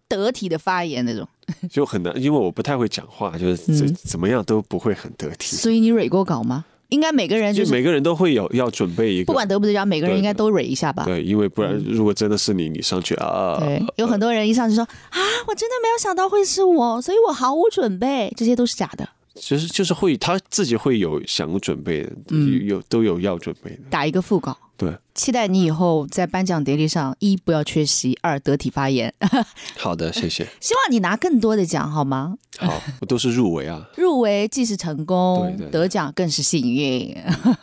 A: 得体的发言那种。
D: 就很难，因为我不太会讲话，就是怎
A: 嗯
D: 怎么样都不会很得体，
A: 所以你蕊过稿吗？应该每个人
D: 就
A: 就是
D: 每个人都会有要准备一个，
A: 不管得不得奖，每个人
D: 对
A: 应该都蕊一下吧。
D: 对，因为不然如果真的是你，你上去啊，
A: 对，有很多人一上去说啊，我真的没有想到会是我，所以我毫无准备，这些都是假的。
D: 其实就是会他自己会有想准备的，
A: 嗯
D: 有都有要准备的，
A: 打一个副稿。
D: 对，
A: 期待你以后在颁奖典礼上，一不要缺席，二得体发言。
D: 好的，谢谢，
A: 希望你拿更多的奖，好吗？
D: 好，我都是入围啊，
A: 入围既是成功，
D: 对对对
A: 得奖更是幸运。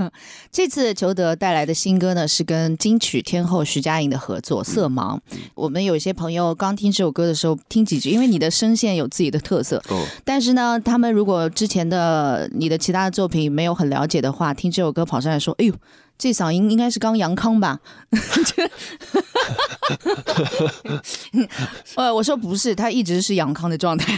A: 这次裘德带来的新歌呢，是跟金曲天后徐佳莹的合
D: 嗯
A: 作《色盲》。我们有一些朋友刚听这首歌的时候，听几句，因为你的声线有自己的特色，
D: 哦，
A: 但是呢，他们如果之前的呃你的其他的作品没有很了解的话，听这首歌跑上来说：“哎呦，这嗓音应该是刚杨康吧？” 呃，我说不是，他一直是杨康的状态。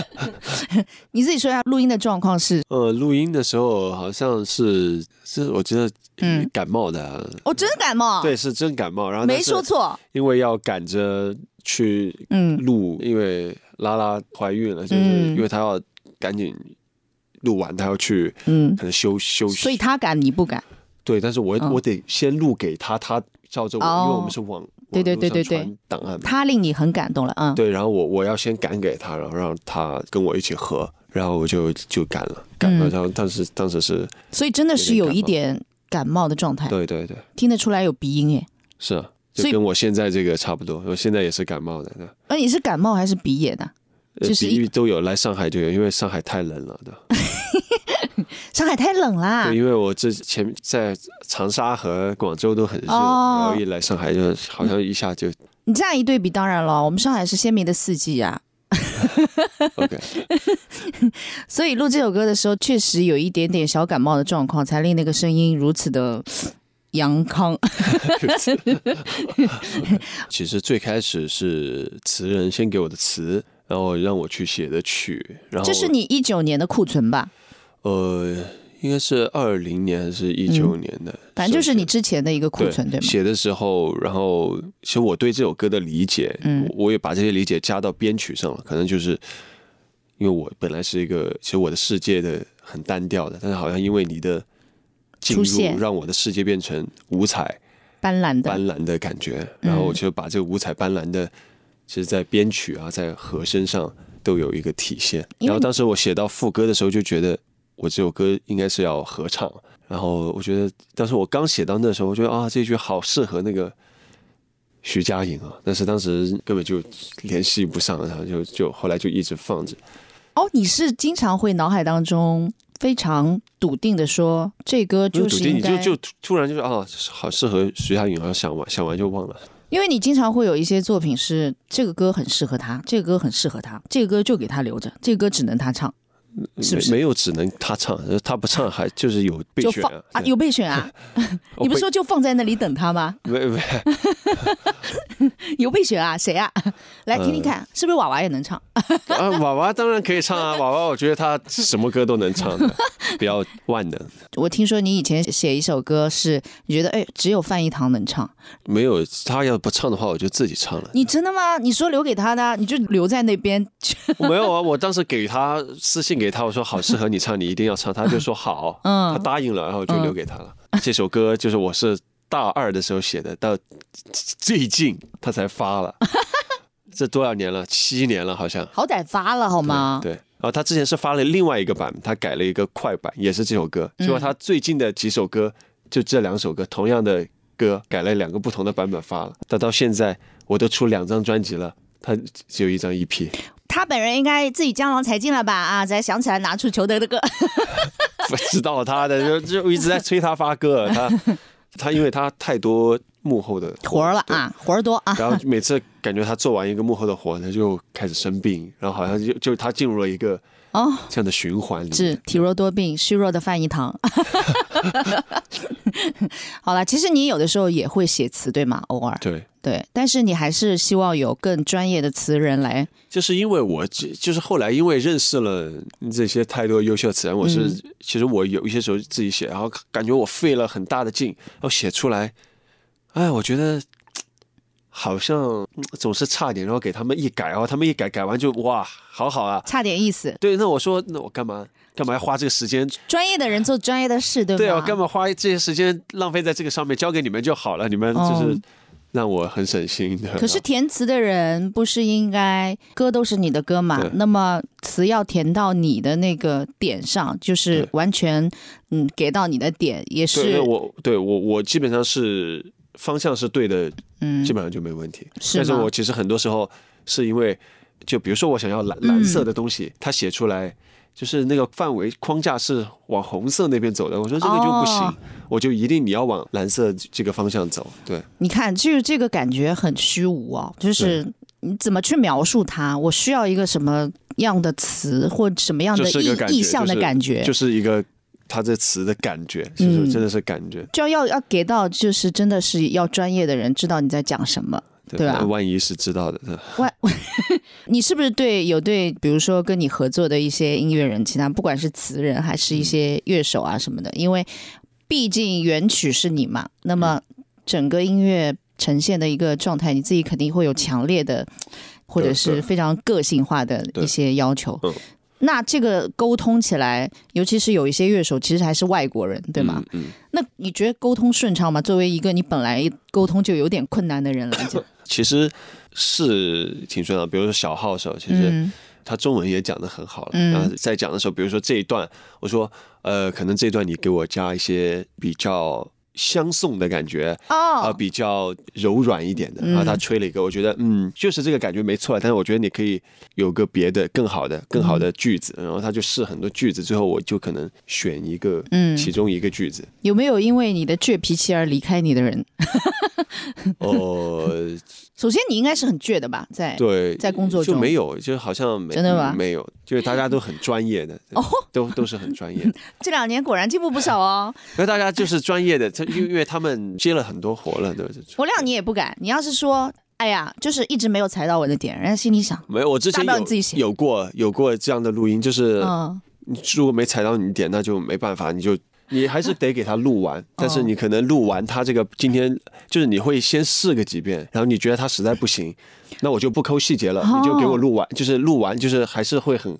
A: 你自己说一下录音的状况是？
D: 呃，录音的时候好像是是我觉得
A: 嗯
D: 感冒的啊、
A: 哦，真感冒，
D: 对，，是真感冒，然后但
A: 没
D: 是
A: 说错，
D: 因为要赶着去
A: 嗯
D: 录，因为拉拉怀孕了，就是
A: 嗯
D: 因为她要赶紧录完，她要去
A: 嗯，
D: 可能休休息。
A: 所以他敢你不敢，
D: 对，但是我、
A: 嗯
D: 我得先录给她，她照着我，因为我
A: 哦
D: 们是网
A: 对对对对对，
D: 网络上传档案嘛。
A: 他令你很感动了，嗯，
D: 对，然后我我要先赶给她，然后让她跟我一起喝，然后我就就赶了，赶了，
A: 嗯
D: 然后当时当时是
A: 所以真的是有
D: 有
A: 一
D: 点
A: 点感冒的状态，
D: 对对对，
A: 听得出来有鼻音耶。
D: 是啊，
A: 哎
D: 就
A: 所以
D: 跟我现在这个差不多，我现在也是感冒的，对。
A: 那呃你是感冒还是鼻炎啊？
D: 呃
A: 就是
D: 比
A: 一
D: 喻都有，来上海就有，因为上海太冷了的。
A: 上海太冷啦
D: 对，，因为我之前在长沙和广州都很热，
A: 哦
D: 然后一来上海就好像一 下就
A: 你这样一对比，当然了，我们上海是鲜明的四季啊，
D: OK。
A: 所以录这首歌的时候，确实有一点点小感冒的状况，才令那个声音如此的阳康。
D: 其实最开始是词人先给我的词，然后让我去写的曲，然后
A: 这是你一九年的库存吧？
D: 呃，应该是二零年还是一九年的，
A: 嗯反正就是你
D: 首
A: 之前的一个库
D: 先
A: 存，对吗？
D: 写的时候，然后其实我对这首歌的理解，
A: 嗯
D: 我我也把这些理解加到编曲上了，可能就是。因为我本来是一个，其实我的世界的很单调的，但是好像因为你的进
A: 出现
D: 入，让我的世界变成五彩
A: 斑斓的，
D: 斑斓的感觉，然后我就把这个五彩斑斓的，其实在编曲啊，在和声上都有一个体现。
A: 因为
D: 然后当时我写到副歌的时候，就觉得我这首歌应该是要合唱。然后我觉得当时我刚写到那时候，我觉得啊，这句好适合那个徐佳莹啊，但是当时根本就联系不上，然后就就后来就一直放着。
A: 哦，你是经常会脑海当中非常笃定的说，这歌
D: 因
A: 就
D: 为笃
A: 是
D: 定
A: 应
D: 你
A: 该，
D: 就就突然就是啊，好适合徐佳莹，然后想完想完就忘了。
A: 因为你经常会有一些作品是这个歌很适合他，这个歌很适合他，这个歌就给他留着，这个歌只能他唱，是不
D: 没
A: 是
D: 没有只能他唱，他不唱还就是有备
A: 就
D: 选
A: 放啊，有备选啊，
D: 哦
A: 你不
D: 备
A: 是说就放在那里等他吗？
D: 没没，
A: 有备选啊，谁啊？ 来听听看，是不是娃娃也能唱？
D: 啊，娃娃当然可以唱啊，娃娃，我觉得他什么歌都能唱 的，比较万能。
A: 我听说你以前写一首歌是，你觉得哎，只有范一堂能唱，
D: 没有他要不唱的话，我就自己唱 了。
A: 你真的吗？你说留给他的啊，你就留在那边，
D: 没有啊，我当时给他私信给他，我说好适合你唱，你一定要唱，他就说好，
A: 嗯
D: 他答应了，然后我就留给他了。这首歌就是我是大二的时候写的，到最近他才 发了，这多少年了？七年了，好像。
A: 好歹发了好吗？
D: 对，然后他之前是发了另外一个版，他改了一个快版，也是这首歌。结果嗯他最近的几首歌，就这两首歌，同样的歌改了两个不同的版本发了。但到现在我都出两张专辑了，他只有一张 E EP，
A: 他本人应该自己江郎才尽了吧？啊，才想起来拿出裘德的歌。
D: 不知道他的，就就一直在催他发歌，他他因为他太多幕后 的
A: 活儿了啊，活儿多啊，
D: 然后每次感觉他做完一个幕后的活，他就开始生病，然后好像就就他进入了一个
A: 哦，
D: 这样的循环里
A: 是
D: 面。
A: 体弱多病、虚弱的范一堂。 好了，其实你有的时候也会写词，对吗？偶尔
D: 对，
A: 对，但是你还是希望有更专业的词人来。
D: 就是因为我这就是后来因为认识了这些太多优秀的词人，我是、
A: 嗯
D: 其实我有一些时候自己写，然后感觉我费了很大的劲，然后写出来，哎，我觉得嘖好像嗯总是差一点，然后给他们一改，然后他们一改改完就哇，好好啊。
A: 差点意思，
D: 对，那我说那我干嘛干嘛要花这个时间？
A: 专业的人做专业的事，对吗？
D: 对我干嘛花这些时间浪费在这个上面？交给你们就好了，你们就是
A: 嗯
D: 让我很省心的。
A: 可是填词的人不是应该歌都是你的歌嘛
D: 对？
A: 那么词要填到你的那个点上，就是
D: 对
A: 完全嗯给到你的点，也
D: 对，
A: 是
D: 那我对我我基本上是方向是对的，
A: 嗯
D: 基本上就没问题。
A: 是
D: 但是
A: 吗
D: 我其实很多时候是因为，就比如说我想要蓝
A: 嗯
D: 蓝色的东西，它写出来就是那个范围框架是往红色那边走的，我说这个就不行，
A: 哦
D: 我就一定你要往蓝色这个方向走。对，
A: 你看，就是这个感觉很虚无哦，就是你怎么去描述它？我需要一个什么样的词或什么样
D: 就
A: 的
D: 是一
A: 意
D: 个感觉，
A: 意象的感觉？
D: 就是，就是一个它这词的感觉，就是
A: 嗯
D: 真的是感觉。
A: 就要要给到，就是真的是要专业的人知道你在讲什么。嗯对啊吧
D: 那万一是知道的，嗯对
A: 外，你是不是对有对，比如说跟你合作的一些音乐人，其他不管是词人还是一
D: 嗯
A: 些乐手啊什么的，因为毕竟原曲是你嘛，那么
D: 嗯
A: 整个音乐呈现的一个状态，你自己肯定会有强烈的，或者是
D: 对
A: 非常个性化的一些要求
D: 嗯。
A: 那这个沟通起来，尤其是有一些乐手其实还是外国人，对吗？？
D: 嗯嗯。
A: 那你觉得沟通顺畅吗？作为一个你本来沟通就有点困难的人来讲，
D: 其实是挺重要的，比如说小号手，其实
A: 嗯
D: 他中文也讲得很好了。
A: 嗯
D: 然后在讲的时候，比如说这一段，我说呃，可能这一段你给我加一些比较相送的感觉啊、
A: 哦，
D: 比较柔软一点的。
A: 嗯
D: 然后他吹了一个，我觉得嗯，就是这个感觉没错，啊但是我觉得你可以有个别的更好
A: 嗯
D: 的、更好的句子。然后他就试很多句子，最后我就可能选一个，
A: 嗯
D: 其中一个句子。
A: 有没有因为你的倔脾气而离开你的人？
D: 哦，
A: 首先，你应该是很倔的吧？在
D: 对，
A: 在工作
D: 就
A: 中
D: 没有，就好像没
A: 真的吗哦
D: 嗯没有，就是大家都很专业的，对都都是很专业的。
A: 这两年果然进步不少哦。
D: 因为大家就是专业的，他因为因为他们接了很多活了，对吧？
A: 我谅你也不敢。你要是说，哎呀，就是一直没有踩到我的点，人家心里想，
D: 没有，我之前
A: 大不了你自己
D: 有
A: 写
D: 有过有过这样的录音，就是
A: 嗯，
D: 你如果没踩到你的点，那就没办法，你就你还是得给他录 完。但是你可能录完他这个今天就是你会先试个几遍，然后你觉得他实在不行，那我就不抠细节了，
A: 哦
D: 你就给我录完，就是录完就是还是会很。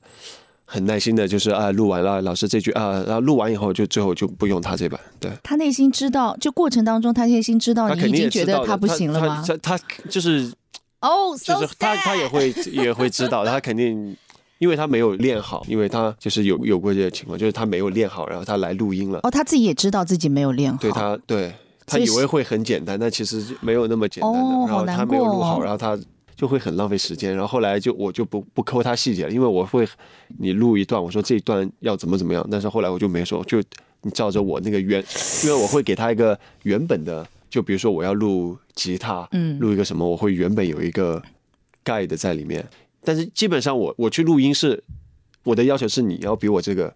D: 很耐心的，就是啊，录完了，老师这句啊，然后录完以后就最后就不用他这版，对
A: 他内心知道，就过程当中他内心知道
D: 他
A: 哦你
D: 肯
A: 已
D: 定也
A: 经
D: 知
A: 觉
D: 道
A: 得
D: 的
A: 不行了吗？
D: 他他他就是
A: 哦，so
D: 就是他
A: sad
D: 他也会也会知道，他肯定，因为他没有练好，因为他就是有有过这个情况，就是他没有练好，然后他来录音了，
A: 哦，他自己也知道自己没有练好，
D: 对他对他
A: 所以
D: 以
A: 是
D: 为会很简单，但其实就没有那么简单的，
A: 哦
D: 然后
A: 好难
D: 他没有录好，
A: 过哦
D: 然后他。就会很浪费时间，然后后来就我就不不抠他细节了，因为我会你录一段，我说这一段要怎么怎么样，但是后来我就没说，就你照着我那个原，因为我会给他一个原本的，就比如说我要录吉他，
A: 嗯
D: 录一个什么，我会原本有一个 guide 在里面，但是基本上我我去录音是我的要求是你要比我这个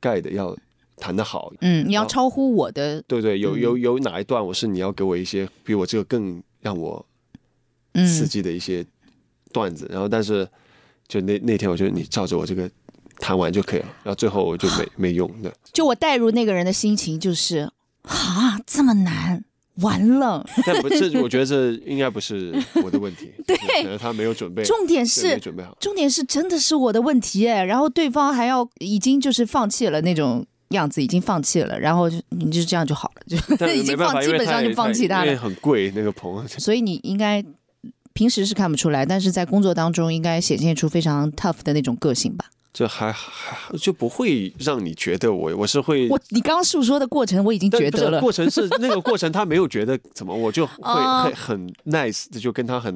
D: guide 要弹得好，
A: 嗯，你要超乎我的，
D: 对对，有
A: 嗯
D: 有有哪一段我是你要给我一些比我这个更让我
A: 嗯，
D: 刺激的一些段子，然后但是就那那天我觉得你照着我这个弹完就可以了，然后最后我就 没没用的，
A: 就我带入那个人的心情就是，啊，这么难，完了。
D: 但不这我觉得这应该不是我的问 题，对，可能他没有准备，
A: 重点
D: 对
A: 是
D: 没准 备好，
A: 重点是真的是我的问题哎，然后对方还要已经就是放弃了那种样子，已经放弃了，然后就你就这样就好了，就
D: 但
A: 已
D: 没
A: 经
D: 办
A: 放
D: 法，因
A: 基
D: 为
A: 本上
D: 太
A: 就放弃他
D: 因为
A: 了。
D: 很贵那个棚，
A: 所以你应该平时是看不出来，但是在工作当中应该显现出非常 tough 的那种个性吧。
D: 就还还就不会让你觉得我我是会
A: 我你刚刚诉说的过程我已经
D: 但
A: 觉
D: 不是
A: 得了，
D: 过程是那个过程，他没有觉得怎么，我就会
A: 啊
D: 很很 nice 的就跟他很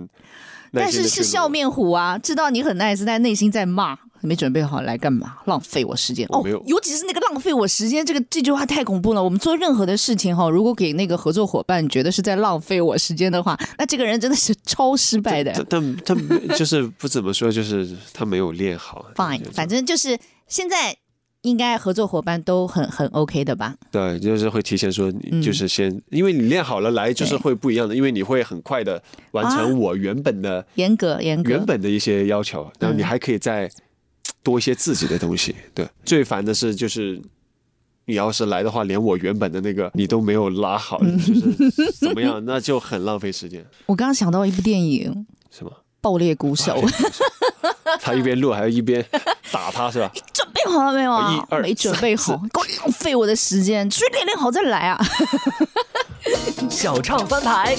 D: 耐
A: 但
D: 心地去录，
A: 是是笑面虎啊，知道你很 nice，但内心在骂，没准备好来干嘛？浪费我时间
D: 我
A: 哦
D: 没有！
A: 尤其是那个浪费我时间这个这句话太恐怖了。我们做任何的事情哈，如果给那个合作伙伴觉得是在浪费我时间的话，那这个人真的是超失败的。
D: 但但但就是不怎么说，就是他没有练好。
A: Fine，反正就是现在应该合作伙伴都很很 OK 的吧？
D: 对，就是会提前说，
A: 嗯
D: 你就是先，因为你练好了来，就是
A: 对
D: 会不一样的，因为你会很快的完
A: 啊
D: 成我原本的、
A: 严格严格，
D: 原本的一些要求，然后你还可以再多一些自己的东西。对，最烦的是就是。你要是来的话，连我原本的那个你都没有拉好，就是怎么样，那就很浪费时间，
A: 我刚刚想到一部电影《
D: 是 吗？
A: 爆裂鼓手》，
D: 他一边录还要一边打他， 是吧？
A: 准备好了没有啊？
D: 一二
A: 没准备好，给我浪费我的时间，去练练好再来 啊！
C: 小唱翻牌，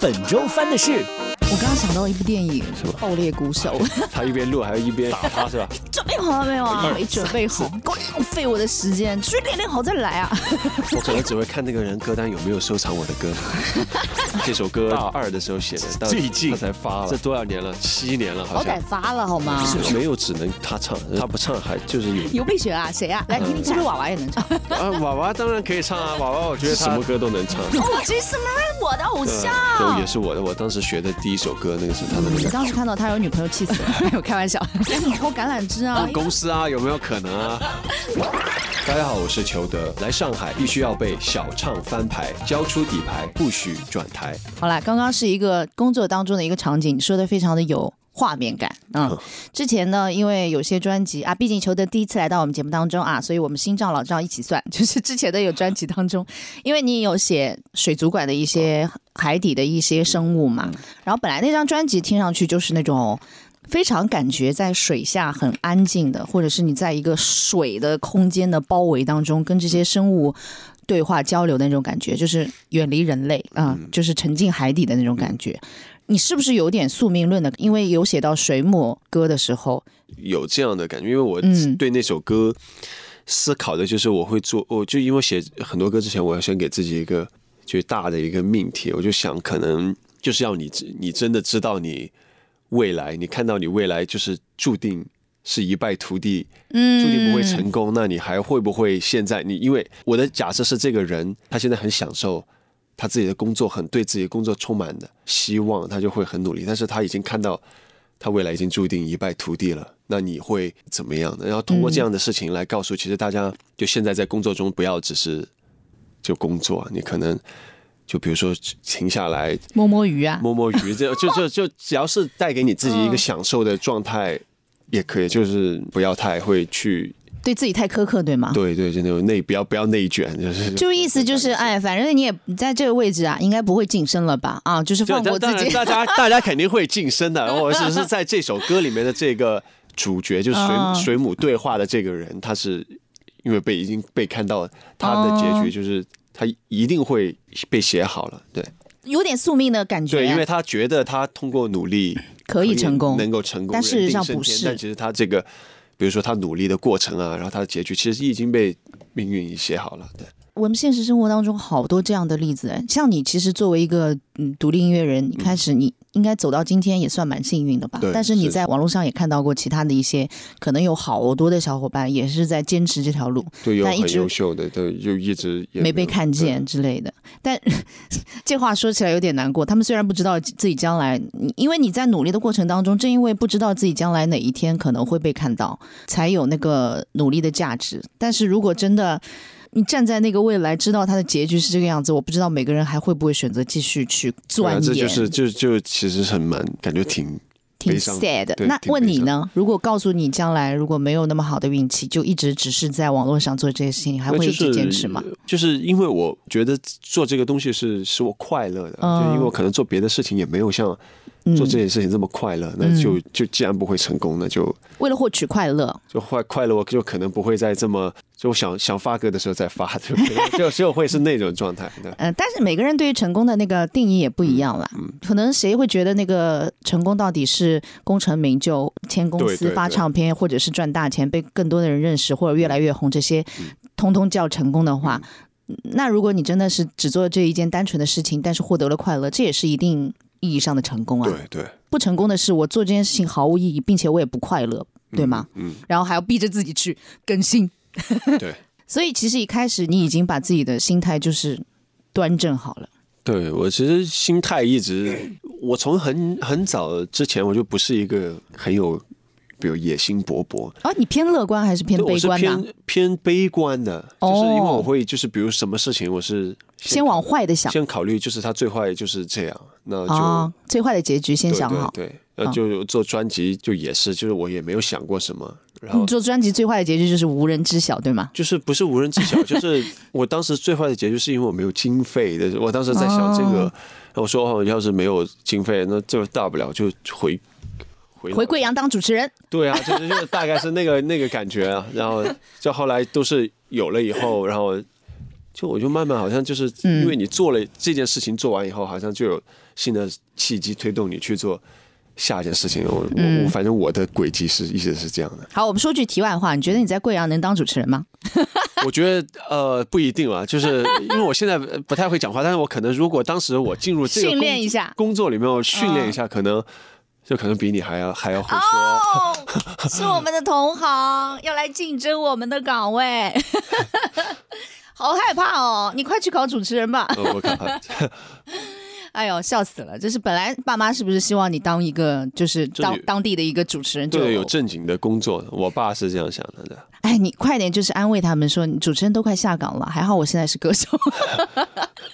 C: 本周翻的是
A: 我刚刚想到一部电影《爆裂鼓手》。
D: 他一边录还要一边打他，是 吧？
A: 准备好了没有啊？没准备好，给我浪费我的时间，去练练好再来啊！
D: 我可能只会看那个人歌单有没有收藏我的歌。这首歌大二的时候写的，到
C: 最近
D: 他才发了，这多少年了？七年了，好
A: 好歹
D: 像。
A: 发了好吗？
D: 是没有只能他唱，他不唱还就是有
A: 尤碧雪啊，谁啊？来听听，是不是娃娃也能唱？
D: 啊，娃娃当然可以唱啊，娃娃我觉得什么歌都能唱。
A: 哦，这是我的偶像。
D: 对，也是我的，我当时学的第一首歌，那个是他的那
A: 你
D: 个
A: 当时看到他有女朋友，气死了！没有开玩笑，哎，你抽橄榄枝啊！
D: 公司啊，有没有可能啊？ 大家好，我是裘德，来上海必须要被小唱翻牌，交出底牌，不许转台。
A: 好啦，刚刚是一个工作当中的一个场景，说的非常的有画面感嗯。之前呢，因为有些专辑啊，毕竟裘德第一次来到我们节目当中啊，所以我们新账老账一起算， 就是之前的有专辑当中，因为你有写水族馆的一些海底的一些生物嘛，然后本来那张专辑听上去就是那种。非常感觉在水下很安静的，或者是你在一个水的空间的包围当中，跟这些生物对话交流的那种感觉，就是远离人类
D: 嗯
A: 啊、就是沉浸海底的那种感觉。你是不是有点宿命论的？因为有写到水母歌的时候，
D: 有这样的感觉，因为我
A: 嗯
D: 对那首歌思考的就是我会做，我就因为写很多歌之前，我要先给自己一个就是大的一个命题，我就想可能就是要你知你真的知道你未来，你看到你未来就是注定。是一败涂地，
A: 嗯
D: 注定不会成功。那你还会不会现在你？因为我的假设是，这个人他现在很享受他自己的工作，很对自己的工作充满的希望，他就会很努力。但是他已经看到他未来已经注定一败涂地了，那你会怎么样呢？然后通过这样的事情来告诉，其实大家就现在在工作中不要只是就工作，你可能就比如说停下来
A: 摸摸鱼啊，
D: 摸摸鱼，这就就就只要是带给你自己一个享受的状态。也可以，就是不要太会去，
A: 对自己太苛刻，对吗？
D: 对对，就那种内不要不要内卷，就是
A: 就意思就是，哎，反正你也你在这个位置啊，应该不会晋升了吧？啊，就是
D: 就
A: 放过
D: 当
A: 自
D: 然
A: 己。
D: 大家大家肯定会晋升的，我只是在这首歌里面的这个主角，就是水
A: 嗯
D: 母水母对话的这个人，他是因为被已经被看到他的结
A: 哦
D: 局，就是他一定会被写好了，对
A: 有点宿命的感觉，啊
D: 对，因为他觉得他通过努力
A: 可以成功，
D: 能够成功，
A: 但事实上
D: 人定胜
A: 不
D: 天
A: 是
D: 但其实他这个，比如说他努力的过程啊，然后他的结局其实已经被命运写好了，对。
A: 我们现实生活当中好多这样的例子，哎像你其实作为一个嗯独立音乐人，你开始你应该走到今天也算蛮幸运的吧
D: 对？
A: 但是你
D: 是
A: 在网络上也看到过其他的一些，可能有好多的小伙伴也是在坚持这条路，
D: 对，有
A: 但一
D: 很
A: 直
D: 优秀的，对，就一直也
A: 没被
D: 有啊
A: 看见之类的。但 这话说起来有点难过，他们虽然不知道自己将来，你因为你在努力的过程当中，正因为不知道自己将来哪一天可能会被看到，才有那个努力的价值。但是如果真的你站在那个未来，知道它的结局是这个样子，我不知道每个人还会不会选择继续去
D: 对
A: 钻
D: 啊，
A: 研。
D: 这就是就就其实很蛮，感觉挺
A: 挺
D: 悲伤
A: sad 的。
D: 对
A: 那
D: 挺
A: 问
D: 悲
A: 你
D: 伤
A: 呢？如果告诉你将来如果没有那么好的运气，就一直只是在网络上做这些事情， 还
D: 那
A: 会一
D: 哎就
A: 直
D: 是
A: 坚持吗？
D: 就是因为我觉得做这个东西是使我快乐的，
A: 嗯
D: 啊就因为我可能做别的事情也没有像
A: 嗯
D: 做这件事情这么快乐，那就就既然不会成功，那就
A: 为了获取快乐，
D: 就快快乐，我就可能不会再这么就想想发歌的时候再发， 就就就会是那种状态 对。
A: 嗯，但是每个人对于成功的那个定义也不一
D: 嗯
A: 样啦。可能谁会觉得那个成功到底是功成名就、签公
D: 对
A: 司、
D: 对
A: 发
D: 对嗯
A: 唱片，或者是赚大钱、被更多的人认识，或者越来越红，这些通通叫成功的话，那如果你真的是只做这一件单纯的事情，但是获得了快乐，这也是一定意义上的成功啊。
D: 对对，
A: 不成功的是我做这件事情毫无意义，并且我也不快乐，对吗？
D: 嗯，
A: 然后还要逼着自己去更新。
D: 对。
A: 所以其实一开始你已经把自己的心态就是端正好了。
D: 对我其实心态一直，我从很很早之前我就不是一个很有，比如野心勃勃，
A: 哦，你偏乐观还是偏
D: 对，
A: 悲
D: 我是
A: 观呢、
D: 偏偏悲观的，
A: 哦
D: 就是因为我会就是比如什么事情我是
A: 先往坏的想
D: 先考虑，就是它最坏就是这样，那就、
A: 啊，最坏的结局先
D: 对
A: 想好。嗯
D: 对对，呃，就做专辑就也是，就是我也没有想过什么，然后
A: 你嗯做专辑最坏的结局就是无人知晓，对吗？
D: 就是不是无人知 晓，就是我当时最坏的结局是因为我没有经费的。我当时在想这个，我说哦，要是没有经费，那就大不了就回回
A: 回贵阳当主持人，
D: 对啊，就是就是大概是那个那个感觉啊。然后就后来都是有了以后，然后就我就慢慢好像就是
A: 嗯
D: 因为你做了这件事情做完以后，好像就有新的契机推动你去做下一件事情。我
A: 嗯
D: 我我反正我的轨迹是一直是这样的。
A: 好，我们说句题外话，你觉得你在贵阳能当主持人吗？
D: 我觉得呃不一定 啊，就是因为我现在呃不太会讲话，但是我可能如果当时我进入这个
A: 训练
D: 工
A: 一下嗯
D: 工作里面，我训练一下，可能就可能比你还要还要会说。
A: 哦， 是 我们的同行，要来竞争我们的岗 位，好害怕哦！你快去考主持人吧！
D: 呃我看
A: 哎呦，笑死了！就是本来爸妈是不是希望你当一个就是
D: 这
A: 当
D: 里
A: 当地的一个主持人就？
D: 对有正经的工作，我爸是这样想的的。
A: 哎，你快点就是安慰他们说，你主持人都快下岗了，还好我现在是歌手。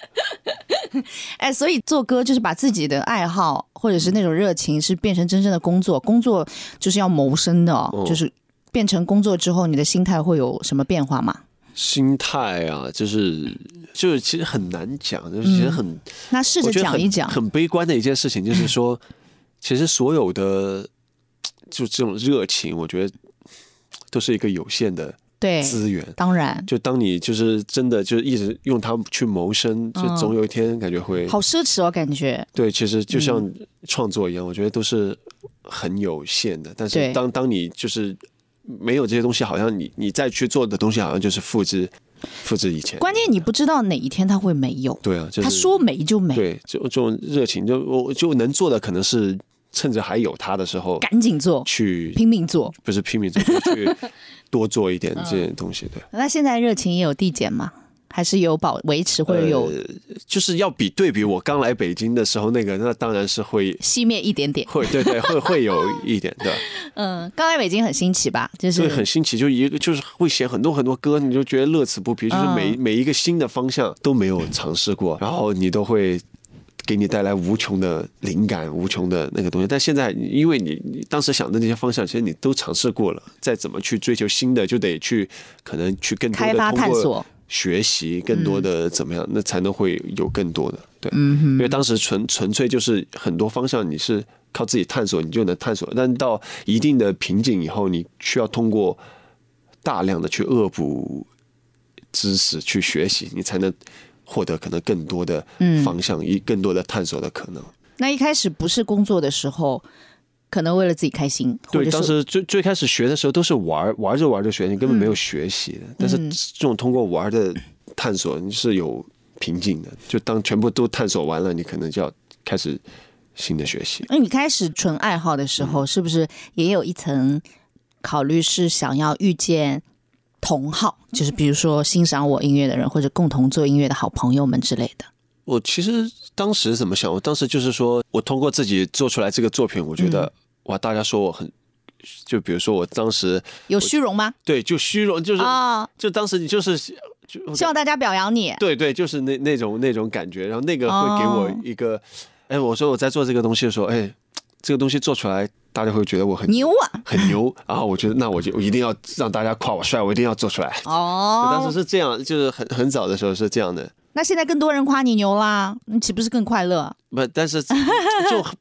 A: 哎，所以做歌就是把自己的爱好或者是那种热情是变成真正的工作，工作就是要谋生的、哦，
D: 哦
A: 就是变成工作之后，你的心态会有什么变化吗？
D: 心态啊，就是就是其实很难讲，就是其实很、
A: 那试
D: 哦我
A: 着
D: 觉得
A: 嗯讲
D: 很
A: 一讲，
D: 很悲观的一件事情就是说， 其实所有的就这种热情，我觉得都是一个有限的
A: 对，
D: 资源。
A: 当然，
D: 就当你就是真的就是一直用它去谋生，就总有一天感觉会、
A: 嗯好奢侈哦，感觉
D: 对。其实就像
A: 嗯
D: 创作一样，我觉得都是很有限的。但
A: 对
D: 是当当你就是没有这些东西，好像你你再去做的东西，好像就是复制复制以前。
A: 关键你不知道哪一天他会没有，
D: 对啊，就是
A: 他说没就没，
D: 对，就这种热情，就我就能做的可能是趁着还有它的时候
A: 赶紧做，
D: 去
A: 拼命做。
D: 不是拼命做，就 去多做一点这
A: 嗯
D: 些东西。对，
A: 那现在热情也有递减吗？还是有保维持或者有
D: 呃就是要比对比我刚来北京的时候那个，那当然是会
A: 熄灭一点点。
D: 会，对对，会会有一点对吧，
A: 嗯，刚来北京很新奇吧？就
D: 所
A: 是
D: 以很新奇，就一个就是会写很多很多歌，你就觉得乐此不疲，就是每、
A: 嗯
D: 每一个新的方向都没有尝试过，然后你都会。给你带来无穷的灵感，无穷的那个东西。但现在，因为你你当时想的那些方向，其实你都尝试过了，再怎么去追求新的，就得去可能去更多的
A: 开发
D: 通过
A: 探索嗯
D: 学习更多的怎么样，那才能会有更多的对，因为当时纯纯粹就是很多方向你是靠自己探索，你就能探索，但到一定的瓶颈以后，你需要通过大量的去恶补知识去学习，你才能获得可能更多的
A: 嗯
D: 方向，以更多的探索的可能。
A: 那一开始不是工作的时候，可能为了自己开心，或
D: 对，
A: 者
D: 当
A: 是嗯
D: 时最最开始学的时候都是玩儿玩着玩着学，你根本没有学习的。但是这种通过玩儿的探索，你是有瓶颈的。就当全部都探索完了，你可能就要开始新的学习。
A: 那你开始纯爱好的时
D: 嗯
A: 候，是不是也有一层考虑是想要遇见同好，就是比如说欣赏我音乐的人，或者共同做音乐的好朋友们之类的？
D: 我其实当时怎么想？我当时就是说我通过自己做出来这个作品，我觉得、
A: 嗯
D: 哇，大家说我很，就比如说我当时
A: 有虚荣吗？
D: 对就虚荣，就是、
A: 啊，
D: 就当时你就是就
A: 希望大家表扬你。
D: 对对，就是那那种那种感觉，然后那个会给我
A: 哦
D: 一个，哎、我说我在做这个东西的时候，哎，这个东西做出来，大家会觉得我很
A: 牛啊！
D: 很牛，然后我觉得那我就我一定要让大家夸我帅，我一定要做出来。就
A: 哦，
D: 当时是这样，就是很很早的时候是这样的，
A: 那现在更多人夸你牛啦，你岂不是更快乐？
D: 不，但是就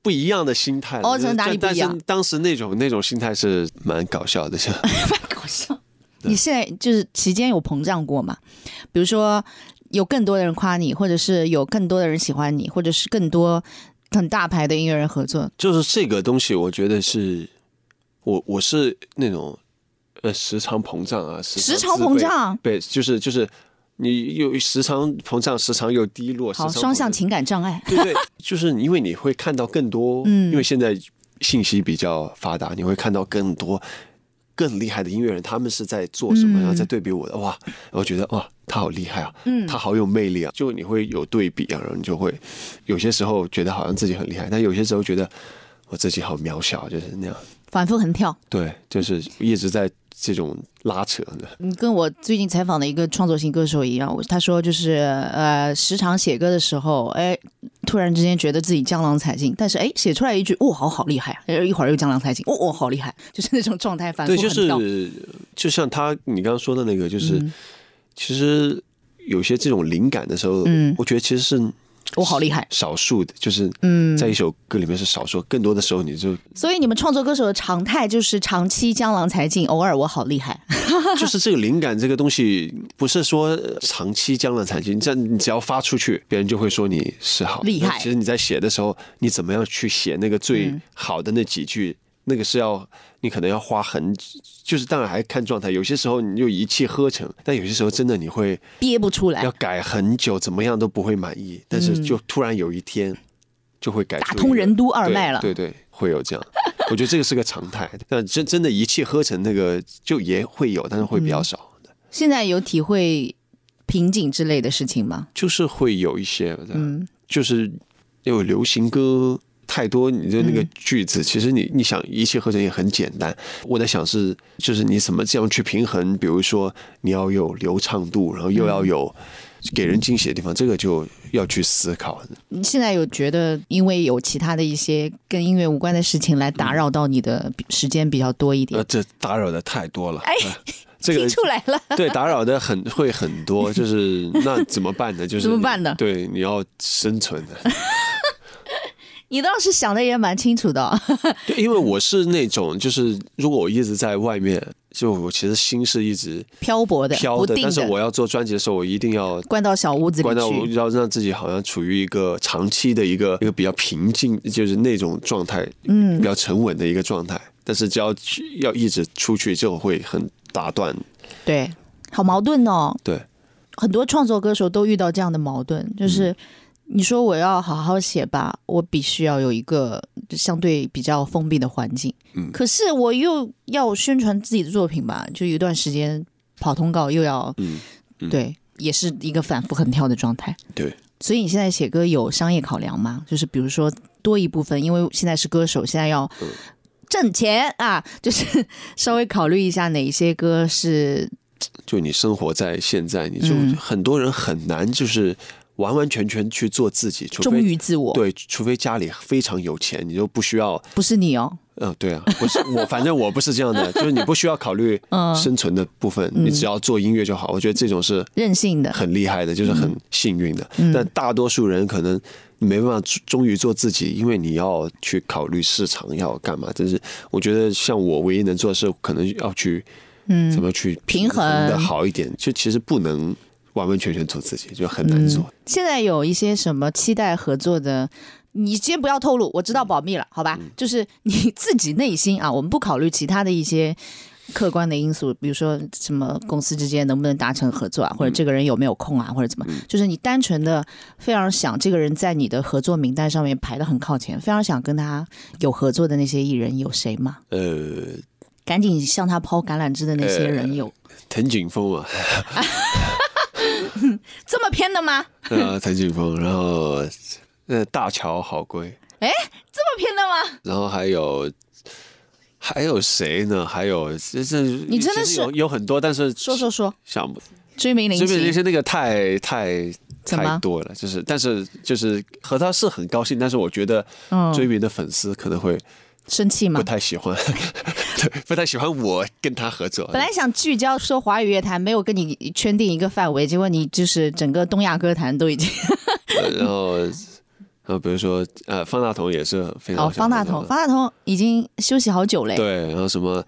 D: 不一样的心态了。
A: 哦
D: 就是
A: 这哪里
D: 但
A: 不一样
D: 但是当时那种那种心态是蛮搞笑的，像
A: 搞笑！你现在就是期间有膨胀过吗？比如说有更多的人夸你，或者是有更多的人喜欢你，或者是更多很大牌的音乐人合作，
D: 就是这个东西，我觉得是我我是那种呃时常膨胀啊，时
A: 时常膨胀
D: 自卑对，就是就是你又时常膨胀，时常又低落，时
A: 好
D: 常
A: 双向
D: 膨胀，
A: 情感障碍。
D: 对对，就是因为你会看到更多，
A: 嗯
D: 因为现在信息比较发达，你会看到更多更厉害的音乐人，他们是在做什么，
A: 嗯
D: 然后再对比我的哇，我觉得哇，他好厉害啊，
A: 嗯
D: 他好有魅力啊，就你会有对比啊，然后你就会有些时候觉得好像自己很厉害，但有些时候觉得我自己好渺小，啊就是那样。
A: 反复横跳。
D: 对，就是一直在这种拉扯的。
A: 你跟我最近采访的一个创作型歌手一样，我他说就是呃，时常写歌的时候，哎，突然之间觉得自己江郎才尽，但是哎，写出来一句，哦，好好厉害啊，哎一会儿又江郎才尽，哦，哦，好厉害，就是那种状态反复
D: 对，
A: 横
D: 就
A: 跳。
D: 是就像他你刚刚说的那个，就是、
A: 嗯
D: 其实有些这种灵感的时候，
A: 嗯
D: 我觉得其实是
A: 我哦好厉害，
D: 少数的，就是
A: 嗯
D: 在一首歌里面是少数，更多的时候 你就
A: 所以你们创作歌手的常态就是长期江郎才尽，偶尔我好厉害。
D: 就是这个灵感这个东西，不是说呃长期江郎才尽，这样你只要发出去，别人就会说你是好
A: 厉害嗯
D: 那其实你在写的时候，你怎么样去写那个最好的那几句，那个是要你可能要花很，就是当然还看状态，有些时候你就一气呵成，但有些时候真的你会
A: 憋不出来
D: 要，改很久，怎么样都不会满意，但是就突然有一天就会改
A: 嗯
D: 出
A: 打
D: 一个
A: 通任督二脉了。
D: 对对对，会有这样。 我觉得这个是个常态，但真真的一气呵成那个就也会有，但是会比较少。
A: 现在有体会瓶颈之类的事情吗？
D: 就是会有一些，嗯，就是因为流行歌太多，你的那
A: 嗯
D: 个句子，其实你你想一气呵成也很简单。我在想是，就是你怎么这样去平衡，比如说你要有流畅度，然后又
A: 嗯
D: 要有给人惊喜的地方，这个就要去思考。
A: 你现在有觉得因为有其他的一些跟音乐无关的事情来打扰到你的比时间比较多一点？
D: 呃，这打扰的太多了，哎，这
A: 听
D: 个
A: 出来了，
D: 对，打扰的很会很多，就是那怎么办呢？就是
A: 怎么
D: 你
A: 办呢
D: 对，你要生存的。
A: 你倒是想的也蛮清楚的 哦、
D: 对，因为我是那种，就是如果我一直在外面，就我其实心是一直
A: 漂泊的、
D: 飘
A: 不
D: 的，
A: 定
D: 但是我
A: 的，
D: 要做专辑的时候，我一定要
A: 关到小屋子里
D: 关到
A: 去。
D: 要让自己好像处于一个长期的一个一个比较平静，就是那种状态，
A: 嗯
D: 比较沉稳的一个状态。但是只要去要一直出去，就会很打断。
A: 对，好矛盾哦。
D: 对，
A: 很多创作歌手都遇到这样的矛盾，
D: 嗯
A: 就是你说我要好好写吧，我必须要有一个相对比较封闭的环境，
D: 嗯
A: 可是我又要宣传自己的作品吧，就有一段时间跑通告，又要、
D: 嗯嗯
A: 对，也是一个反复横跳的状态。
D: 对，
A: 所以你现在写歌有商业考量吗？就是比如说多一部分，因为现在是歌手，现在要
D: 嗯
A: 挣钱啊，就是稍微考虑一下哪一些歌是
D: 就你生活在现在，你就
A: 嗯
D: 很多人很难就是完完全全去做自己，除
A: 忠
D: 非
A: 于自我，
D: 对，除非家里非常有钱，你就不需要
A: 不是你哦。
D: 嗯，对啊，不是我， 反正我不是这样的，就是你不需要考虑
A: 嗯
D: 生存的部分，你只要做音乐就好。我觉得这种是
A: 任性的，
D: 很厉害的，就是
A: 嗯
D: 很幸运的。但大多数人可能没办法忠于做自己，因为你要去考虑市场要干嘛。但是我觉得像我唯一能做的是，可能要去
A: 嗯
D: 怎么去
A: 平衡
D: 的好一点，就其实不能完完全全做自己，就很难做。
A: 现在有一些什么期待合作的？你先不要透露，我知道保密了，好吧？就是你自己内心啊，我们不考虑其他的一些客观的因素，比如说什么公司之间能不能达成合作啊，或者这个人有没有空啊，或者怎么，就是你单纯的非常想这个人在你的合作名单上面排的很靠前，非常想跟他有合作的那些艺人有谁吗？嗯
D: 呃，
A: 赶紧向他抛橄榄枝的那些人有、
D: 藤井风啊，
A: 这么偏的吗？
D: 呃， 藤井风，然后呃，大乔好归。
A: 这么偏的吗？
D: 然后还有还有谁呢？还有这这
A: 你真的
D: 其实
A: 是
D: 有有很多，但是
A: 说说说，
D: 想不，
A: 追名林
D: 这边
A: 奇
D: 那些那个太太
A: 怎么
D: 太多了，就是但是就是和他是很高兴，但是我觉得
A: 嗯
D: 追迷的粉丝可能会
A: 生气吗
D: 不？太喜欢， 对，不太喜欢我跟他合作。
A: 本来想聚焦说华语乐坛，没有跟你圈定一个范围，结果你就是整个东亚歌坛都已经
D: 呃然后然后比如说呃方大同也是非常
A: 哦，方大
D: 喜欢
A: 同，
D: 的
A: 方大同已经休息好久嘞。
D: 对，然后什么。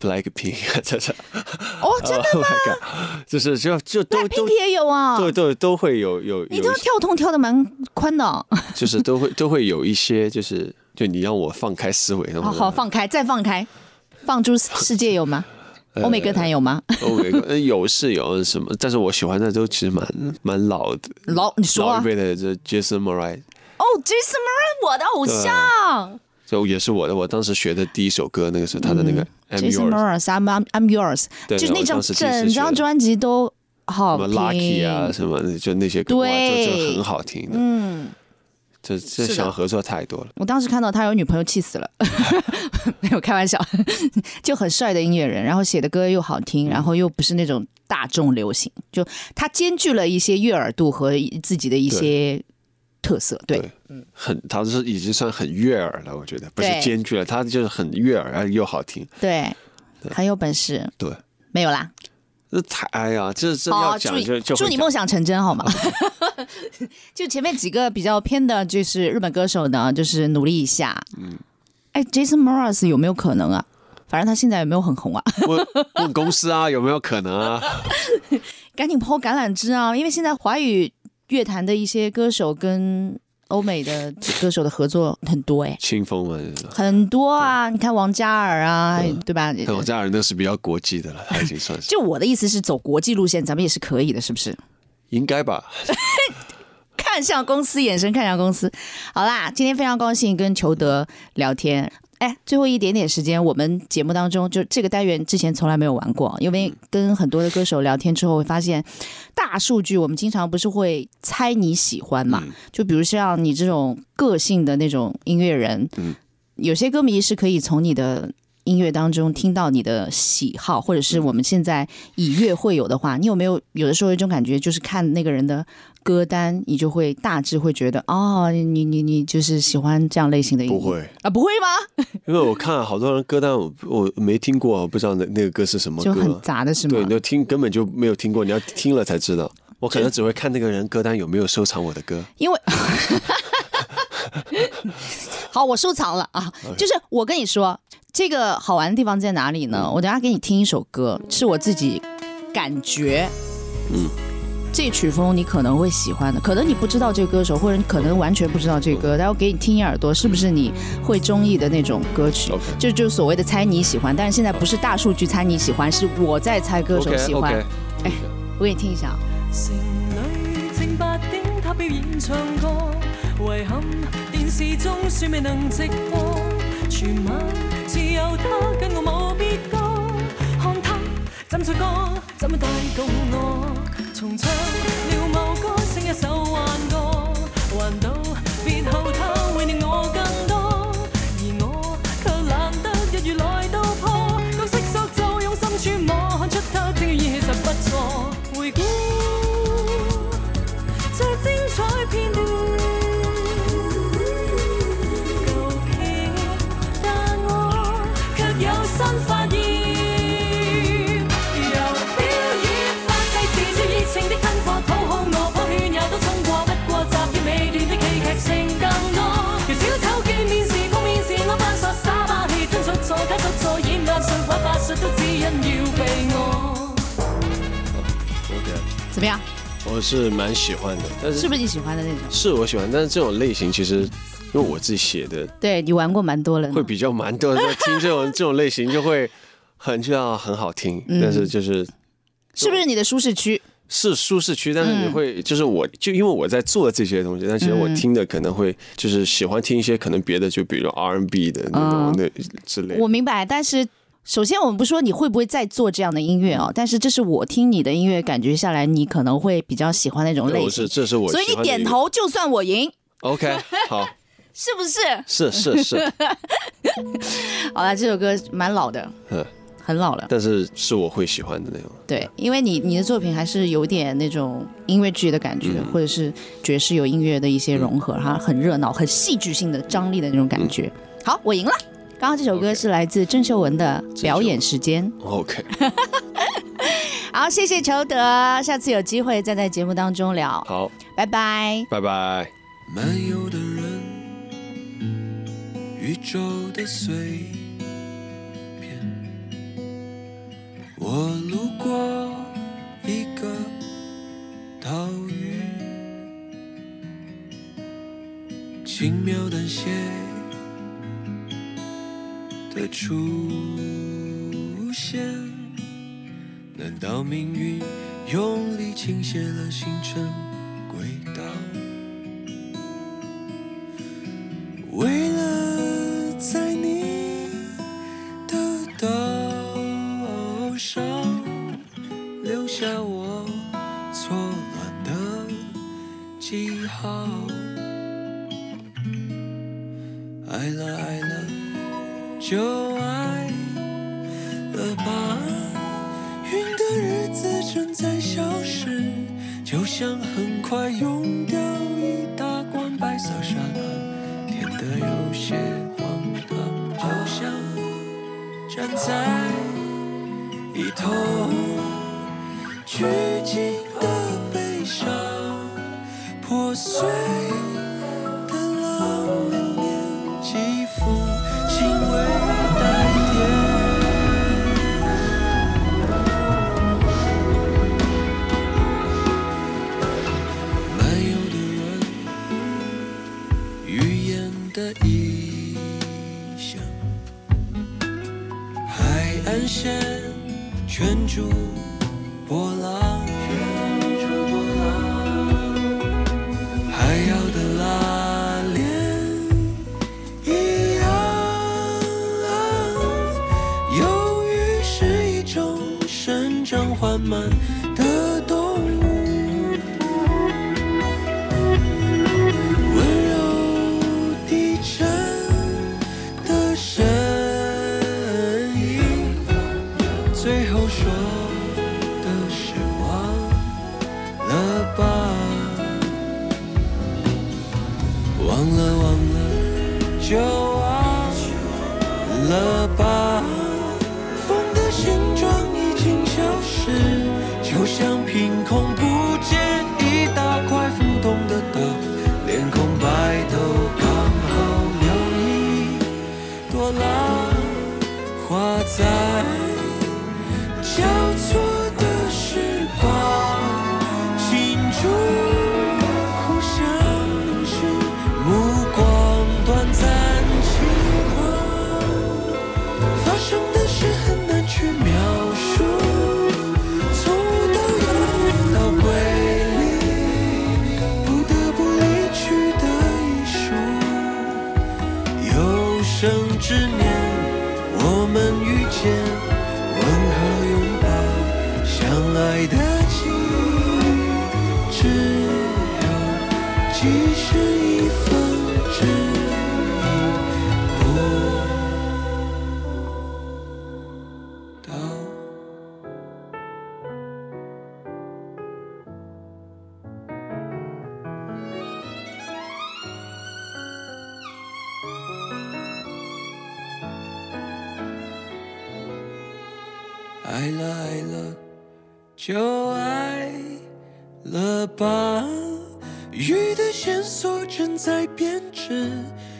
D: Blackpink，这 这
A: 哦，真的
D: Oh my god，就是就就都呃都
A: Blackpink 也有啊，
D: 对对，都会有有
A: 你
D: 有
A: 都
D: 一些，
A: 跳痛跳的蛮宽的哦，
D: 就是都会都会有一些，就是就你让我放开思维，然后
A: 哦好好放开，再放开，放诸世界有吗？
D: 呃
A: 欧美歌坛有吗？
D: 欧美歌呃有是有什么，但是我喜欢的都其实蛮蛮老的，
A: 老你说
D: 老
A: 啊
D: 一辈的这 Jason Mraz，
A: 哦，Jason Mraz 我的偶像，
D: 就也是我的，我当时学的第一首歌，那个是他的那个 I'm
A: 嗯 Jason
D: Yours，
A: Mraz I'm I'm I'm Yours，
D: 对
A: 就是那张
D: 我当时第一次
A: 整
D: 学
A: 张专辑都好
D: 什么
A: 听。
D: Lucky 啊，什么就那些歌，哇
A: 对
D: 这这很好听的，
A: 嗯，
D: 这这
A: 是的
D: 想合作太多了。
A: 我当时看到他有女朋友，气死了。 没有开玩笑， 就很帅的音乐人，然后写的歌又好听，
D: 嗯
A: 然后又不是那种大众流行，就他兼具了一些悦耳度和自己的一些特色。对，
D: 对很，他是已经算很悦耳了，我觉得不是
A: 对
D: 兼具了，他就是很悦耳，而又好听。
A: 对，很有本事。
D: 对，
A: 没有啦，
D: 那太哎呀，这这
A: 好，
D: 要
A: 祝
D: 讲
A: 你
D: 就就
A: 祝
D: 会
A: 你
D: 讲
A: 梦想成真，好 吗？就前面几个比较偏的，就是日本歌手呢，就是努力一下。嗯，哎，Jason Mraz 有没有可能啊？反正他现在也没有很红啊，
D: 问问公司啊，有没有可能啊？
A: 赶紧抛橄榄枝啊！因为现在华语乐坛的一些歌手跟欧美的歌手的合作很多哎、
D: 清风嘛，就是
A: 很多啊！你看王嘉尔啊，对吧？
D: 看我家人那是比较国际的了，他已经 算是
A: 就我的意思是，走国际路线，咱们也是可以的，是不 是？
D: 应该吧。
A: 看向公司，眼神看向公司。好啦，今天非常高兴跟裘德聊天。哎，最后一点点时间，我们节目当中就这个单元之前从来没有玩过，因为跟很多的歌手聊天之后会发现，大数据我们经常不是会猜你喜欢嘛？
D: 嗯
A: 就比如像你这种个性的那种音乐人，
D: 嗯
A: 有些歌迷是可以从你的。音乐当中听到你的喜好，或者
D: 嗯
A: 是我们现在以乐会友的话，你有没有有的时候有一种感觉，就是看那个人的歌单，你就会大致会觉得，哦，你你你你就是喜欢这样类型的音乐？
D: 不会，
A: 啊，不会吗？
D: 因为我看好多人歌单，我我没听过，我不知道那那个歌是什 么
A: 就很
D: 歌。啊
A: 杂的是吗
D: 对，？你就听根本就没有听过，你要听了才知道。我可能只会看那个人歌单有没有收藏我的歌。
A: 因为 好，我收藏了啊。就是我跟你说，这个好玩的地方在哪里
D: 嗯
A: 呢？我等下给你听一首歌，是我自己感觉，
D: 嗯，
A: 这曲风你可能会喜欢的，可能你不知道这个歌手，或者你可能完全不知道这
D: 嗯
A: 个歌，但我给你听一耳朵，是不是你会中意的那种歌曲
D: OK？
A: 这就是所谓的猜你喜欢，但是现在不是大数据猜你喜欢，是我在猜歌手
D: OK
A: 喜欢
D: OK，。
A: 哎，我给你听一下啊。
F: 城里正八點塔表演唱歌，遺憾電視中算未能直播，全晚只有他跟我冇別歌，看他怎唱歌，怎樣帶動我，重唱了某歌，聲一首幻覺，還到別後他會令我更多，而我卻懶得一語來到破，角色塑造用心揣摩，看出他正要演戲實不錯，回顧。最精彩片段。舊片但我卻有新發現，由表演發誓是最熱情的吞火，討好我火圈也都衝過，不過集結尾段的戲劇性更多。若小丑見面時，封面是我扮傻耍把戲，真出錯假出錯，演眼術或法術都只因要被我。
D: OK，
A: 怎么样？
D: 我是蛮喜欢的，但
A: 是
D: 是
A: 不是你喜欢的那种？
D: 是我喜欢，但是这种类型其实因为我自己写的
A: 对你玩过蛮多了呢，
D: 会比较蛮多人在听这种这种类型，就会很就要很好听，
A: 嗯
D: 但是就是
A: 是不是你的舒适区？
D: 是舒适区，但是
A: 嗯
D: 你会、就是我就因为我在做这些东西，但其实我听的可能会就是喜欢听一些可能别的，就比如 R&B 的那种、
A: 嗯
D: 那之类的
A: 我。明白，但是首先我们不说你会不会再做这样的音乐哦，但是这是我听你的音乐感觉下来，你可能会比较喜欢那种
D: 对
A: 类
D: 我
A: 型
D: 是，这是我
A: 所以
D: 喜
A: 你
D: 欢的
A: 点
D: 一个
A: 头就算我赢，
D: OK 好
A: 是不是？
D: 是是是，
A: 好了，这首歌蛮老的，
D: 嗯，
A: 很老了，
D: 但是是我会喜欢的那种。
A: 对，因为你你的作品还是有点那种音乐剧的感
D: 嗯
A: 觉，或者是爵士有音乐的一些融合，哈、很热闹、很戏剧性的张力的那种感觉。好，我赢了。刚刚这首歌
D: 嗯 OK
A: 是来自郑秀文的《表演
D: 文
A: 时间》。
D: OK
A: 好，谢谢裘德，下次有机会再在节目当中聊，
D: 好，
A: 拜拜。
D: 拜拜。
F: 漫游的人，宇宙的碎片。我路过一个岛屿，轻描淡写的出现。难道命运用力倾斜了行程轨道？为了
E: 下我错乱的记号。爱了爱了就爱了吧，云的日子正在消失，就像很快用掉一大罐白色沙拉，甜的有些荒唐，就像站在。一头巨鲸的悲伤，破碎的浪流年，季风轻微带点。漫游的人，语言的意象，海岸线。圈住波浪，海要的拉链一样。啊忧郁是一种生长缓慢的动物，温柔低沉的声音。最后说的是忘了吧，忘了忘了就忘了吧。风的形状已经消失，就像凭空不见一大块浮动的岛，连空白都刚好留一朵浪花在。交错的时光，庆祝互相是目光短暂轻狂，发生的事很难去描述，从无到有到归零，不得不离去的艺术，有生之年我们遇见。温和拥抱，相爱的记忆，只有即是一份指引不到。爱了爱了就爱了吧。鱼的线索正在变质，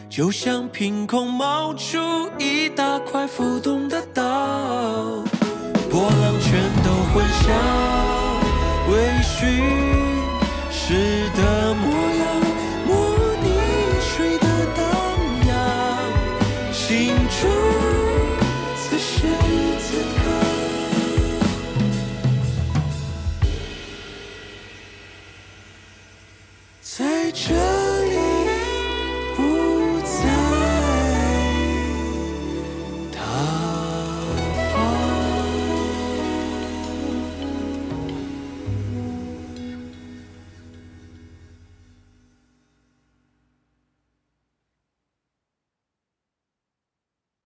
E: 就像凭空冒出一大块浮动的岛，波浪全都混淆，微醺。